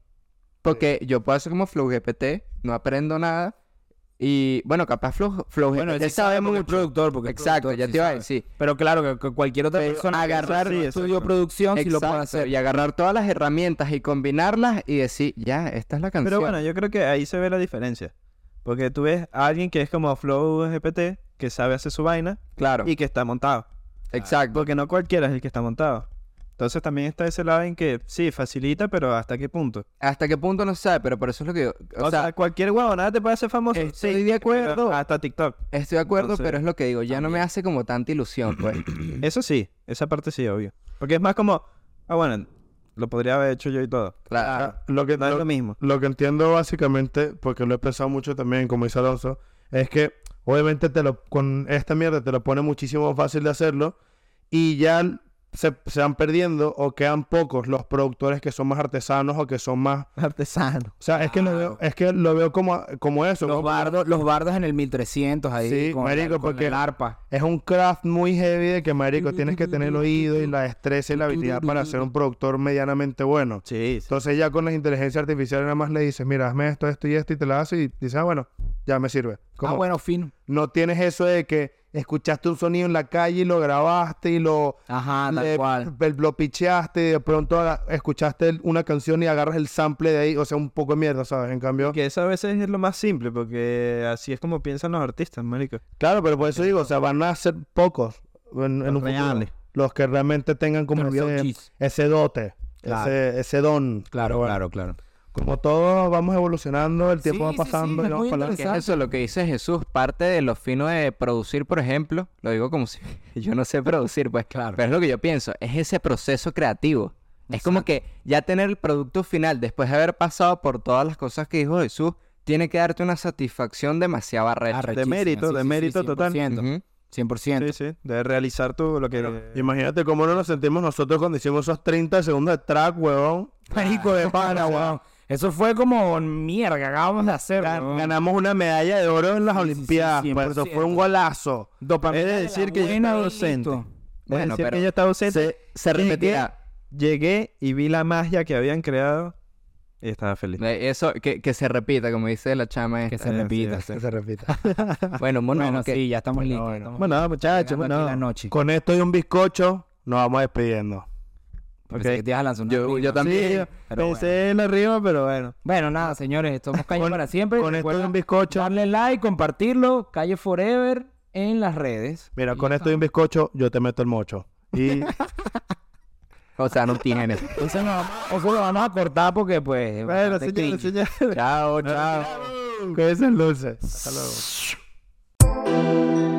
[SPEAKER 2] Porque yo puedo hacer como Flow GPT, no aprendo nada. Y bueno, capaz Flow, Flow
[SPEAKER 4] Bueno,
[SPEAKER 2] GPT
[SPEAKER 4] él sí
[SPEAKER 2] sabe
[SPEAKER 4] sabe porque es
[SPEAKER 2] mucho.
[SPEAKER 4] productor, porque es
[SPEAKER 2] Exacto,
[SPEAKER 4] productor,
[SPEAKER 2] ya
[SPEAKER 4] sí
[SPEAKER 2] te iba a
[SPEAKER 4] sabe. ah,
[SPEAKER 2] decir.
[SPEAKER 4] Pero claro, que, que cualquier otra
[SPEAKER 2] Pero
[SPEAKER 4] persona que
[SPEAKER 2] agarrar-
[SPEAKER 4] hizo
[SPEAKER 2] sí,
[SPEAKER 4] estudio producción sí lo puede
[SPEAKER 2] Exacto,
[SPEAKER 4] hacer.
[SPEAKER 2] Y agarrar todas las herramientas y combinarlas y decir, ya, esta es la canción.
[SPEAKER 1] Pero bueno, yo creo que ahí se ve la diferencia. Porque tú ves a alguien que es como Flow GPT, que sabe hacer su vaina
[SPEAKER 2] claro,
[SPEAKER 1] y que está montado.
[SPEAKER 2] exacto.
[SPEAKER 1] Porque no cualquiera es el que está montado. Entonces también está ese lado en que sí, facilita, pero ¿hasta qué punto?
[SPEAKER 2] ¿Hasta qué punto no se sabe? Pero por eso es lo que yo...
[SPEAKER 1] O,
[SPEAKER 2] O,
[SPEAKER 1] sea,
[SPEAKER 2] sea, eh,
[SPEAKER 1] cualquier huevonada te puede hacer famoso.
[SPEAKER 2] estoy de acuerdo.
[SPEAKER 1] pero Hasta TikTok.
[SPEAKER 2] estoy de acuerdo,
[SPEAKER 1] entonces,
[SPEAKER 2] pero es lo que digo. Ya no me hace como tanta ilusión, (laughs) pues.
[SPEAKER 1] (clears throat) Eso sí, esa parte sí, obvio. Porque es más como, ah, bueno, lo podría haber hecho yo y todo.
[SPEAKER 2] Claro.
[SPEAKER 3] Ah, Lo que,
[SPEAKER 1] No es
[SPEAKER 3] lo-
[SPEAKER 1] lo mismo.
[SPEAKER 3] Lo que entiendo básicamente, porque lo he pensado mucho también, como dice Alonso, es que obviamente te lo, con esta mierda te lo pone muchísimo más fácil de hacerlo y ya l- se, se van perdiendo o quedan pocos los productores que son más artesanos o que son más...
[SPEAKER 1] Artesano.
[SPEAKER 3] O sea, es que lo veo, es que lo veo como, como eso.
[SPEAKER 4] Los
[SPEAKER 3] como-
[SPEAKER 4] bardos, los bardos en el 1300 ahí
[SPEAKER 3] Sí,
[SPEAKER 4] con,
[SPEAKER 3] marico,
[SPEAKER 4] con
[SPEAKER 3] porque-
[SPEAKER 4] el arpa. Ah,
[SPEAKER 3] Es un craft muy heavy de que, marico, tienes que tener el oído y la destreza y la habilidad para ser un productor medianamente bueno.
[SPEAKER 1] Sí, sí.
[SPEAKER 3] Entonces ya con las inteligencias artificiales nada más le dices, mira, hazme esto, esto y esto y te la hace y dices, ah, bueno, ya me sirve.
[SPEAKER 4] Ah,
[SPEAKER 3] Como-
[SPEAKER 4] bueno, fino.
[SPEAKER 3] No tienes eso de que escuchaste un sonido en la calle y lo grabaste y lo,
[SPEAKER 4] Ajá, Ah, tal
[SPEAKER 3] le-
[SPEAKER 4] cual.
[SPEAKER 3] pe- lo picheaste y de pronto aga- escuchaste el- una canción y agarras el sample de ahí. O sea, un poco de mierda, ¿sabes? En cambio...
[SPEAKER 1] Que eso a veces es lo más simple, porque así es como piensan los artistas, marico.
[SPEAKER 3] Claro, pero por eso digo, o sea, van a ser pocos en, en un futuro.
[SPEAKER 1] reales.
[SPEAKER 3] Los que realmente tengan como
[SPEAKER 4] The real
[SPEAKER 3] ese,
[SPEAKER 4] cheese.
[SPEAKER 3] ese dote,
[SPEAKER 4] Claro.
[SPEAKER 3] ese, ese don.
[SPEAKER 4] Claro,
[SPEAKER 3] Pero bueno,
[SPEAKER 4] claro, claro.
[SPEAKER 3] Como todos vamos evolucionando, el tiempo
[SPEAKER 4] Sí,
[SPEAKER 3] va
[SPEAKER 4] sí, sí,
[SPEAKER 3] pasando
[SPEAKER 4] es
[SPEAKER 3] y vamos
[SPEAKER 4] muy
[SPEAKER 3] para
[SPEAKER 2] Que es eso lo que dice Jesús, parte de lo fino de producir, por ejemplo, lo digo como si (laughs) yo no sé producir, pues claro. Pero es lo que yo pienso, es ese proceso creativo. Es como que ya tener el producto final, después de haber pasado por todas las cosas que dijo Jesús, tiene que darte una satisfacción demasiado arrecha.
[SPEAKER 4] Ah, Arrechísima,
[SPEAKER 1] mérito, de mérito total.
[SPEAKER 4] 100%.
[SPEAKER 2] Ujú.
[SPEAKER 4] 100%.
[SPEAKER 1] Sí, sí, de realizar tú lo que...
[SPEAKER 3] Imagínate cómo no nos sentimos nosotros cuando hicimos esos 30 segundos de track, huevón.
[SPEAKER 4] (laughs) Marico de pana, weón. Eso fue como mierda, que acabamos de hacer. weón.
[SPEAKER 3] Ganamos una medalla de oro en las
[SPEAKER 4] Sí, sí, sí,
[SPEAKER 3] Olimpiadas. pues, eso fue un
[SPEAKER 4] 100%.
[SPEAKER 3] golazo.
[SPEAKER 1] Dopamina
[SPEAKER 3] Es
[SPEAKER 1] de
[SPEAKER 3] decir,
[SPEAKER 1] la
[SPEAKER 3] que yo
[SPEAKER 1] buena
[SPEAKER 4] estaba
[SPEAKER 1] docente.
[SPEAKER 4] listo.
[SPEAKER 2] Bueno,
[SPEAKER 1] Bueno, decir,
[SPEAKER 2] pero
[SPEAKER 1] que yo estaba ausente.
[SPEAKER 2] Se, se ah,
[SPEAKER 1] Llegué-
[SPEAKER 2] repetirá.
[SPEAKER 1] Llegué y vi la magia que habían creado y estaba feliz.
[SPEAKER 2] Eh, Eso, que, que se repita, como dice la chama
[SPEAKER 4] Que
[SPEAKER 2] esta.
[SPEAKER 4] se
[SPEAKER 1] Eh,
[SPEAKER 4] repita.
[SPEAKER 1] sí,
[SPEAKER 4] sí.
[SPEAKER 3] se repita.
[SPEAKER 2] (laughs) Bueno, mono,
[SPEAKER 4] Bueno,
[SPEAKER 2] que-
[SPEAKER 4] sí, ya estamos listos.
[SPEAKER 3] bueno.
[SPEAKER 4] estamos
[SPEAKER 1] Bueno, muchachos,
[SPEAKER 4] llegando aquí la
[SPEAKER 1] bueno.
[SPEAKER 4] noche.
[SPEAKER 3] Con esto y un bizcocho, nos vamos despidiendo.
[SPEAKER 4] Pensé que te ibas a lanzar una
[SPEAKER 2] Yo- yo
[SPEAKER 4] rima.
[SPEAKER 2] también.
[SPEAKER 4] Sí, pero bueno.
[SPEAKER 1] Pensé en la rima, pero bueno.
[SPEAKER 4] Bueno, nada, señores, somos Calle
[SPEAKER 3] Con-
[SPEAKER 4] para siempre.
[SPEAKER 3] Con esto y
[SPEAKER 4] Recuerda
[SPEAKER 3] un bizcocho.
[SPEAKER 4] darle like, compartirlo, Calle Forever en las redes.
[SPEAKER 3] Mira, con esto y un bizcocho, yo te meto el mocho. Y
[SPEAKER 2] o sea, no tienes.
[SPEAKER 4] Entonces nos vamos, eso lo vamos a cortar porque pues...
[SPEAKER 1] Bueno,
[SPEAKER 4] bastante
[SPEAKER 1] señores,
[SPEAKER 4] cringe.
[SPEAKER 1] señores.
[SPEAKER 2] chao, chao.
[SPEAKER 3] con esas luces. Hasta luego.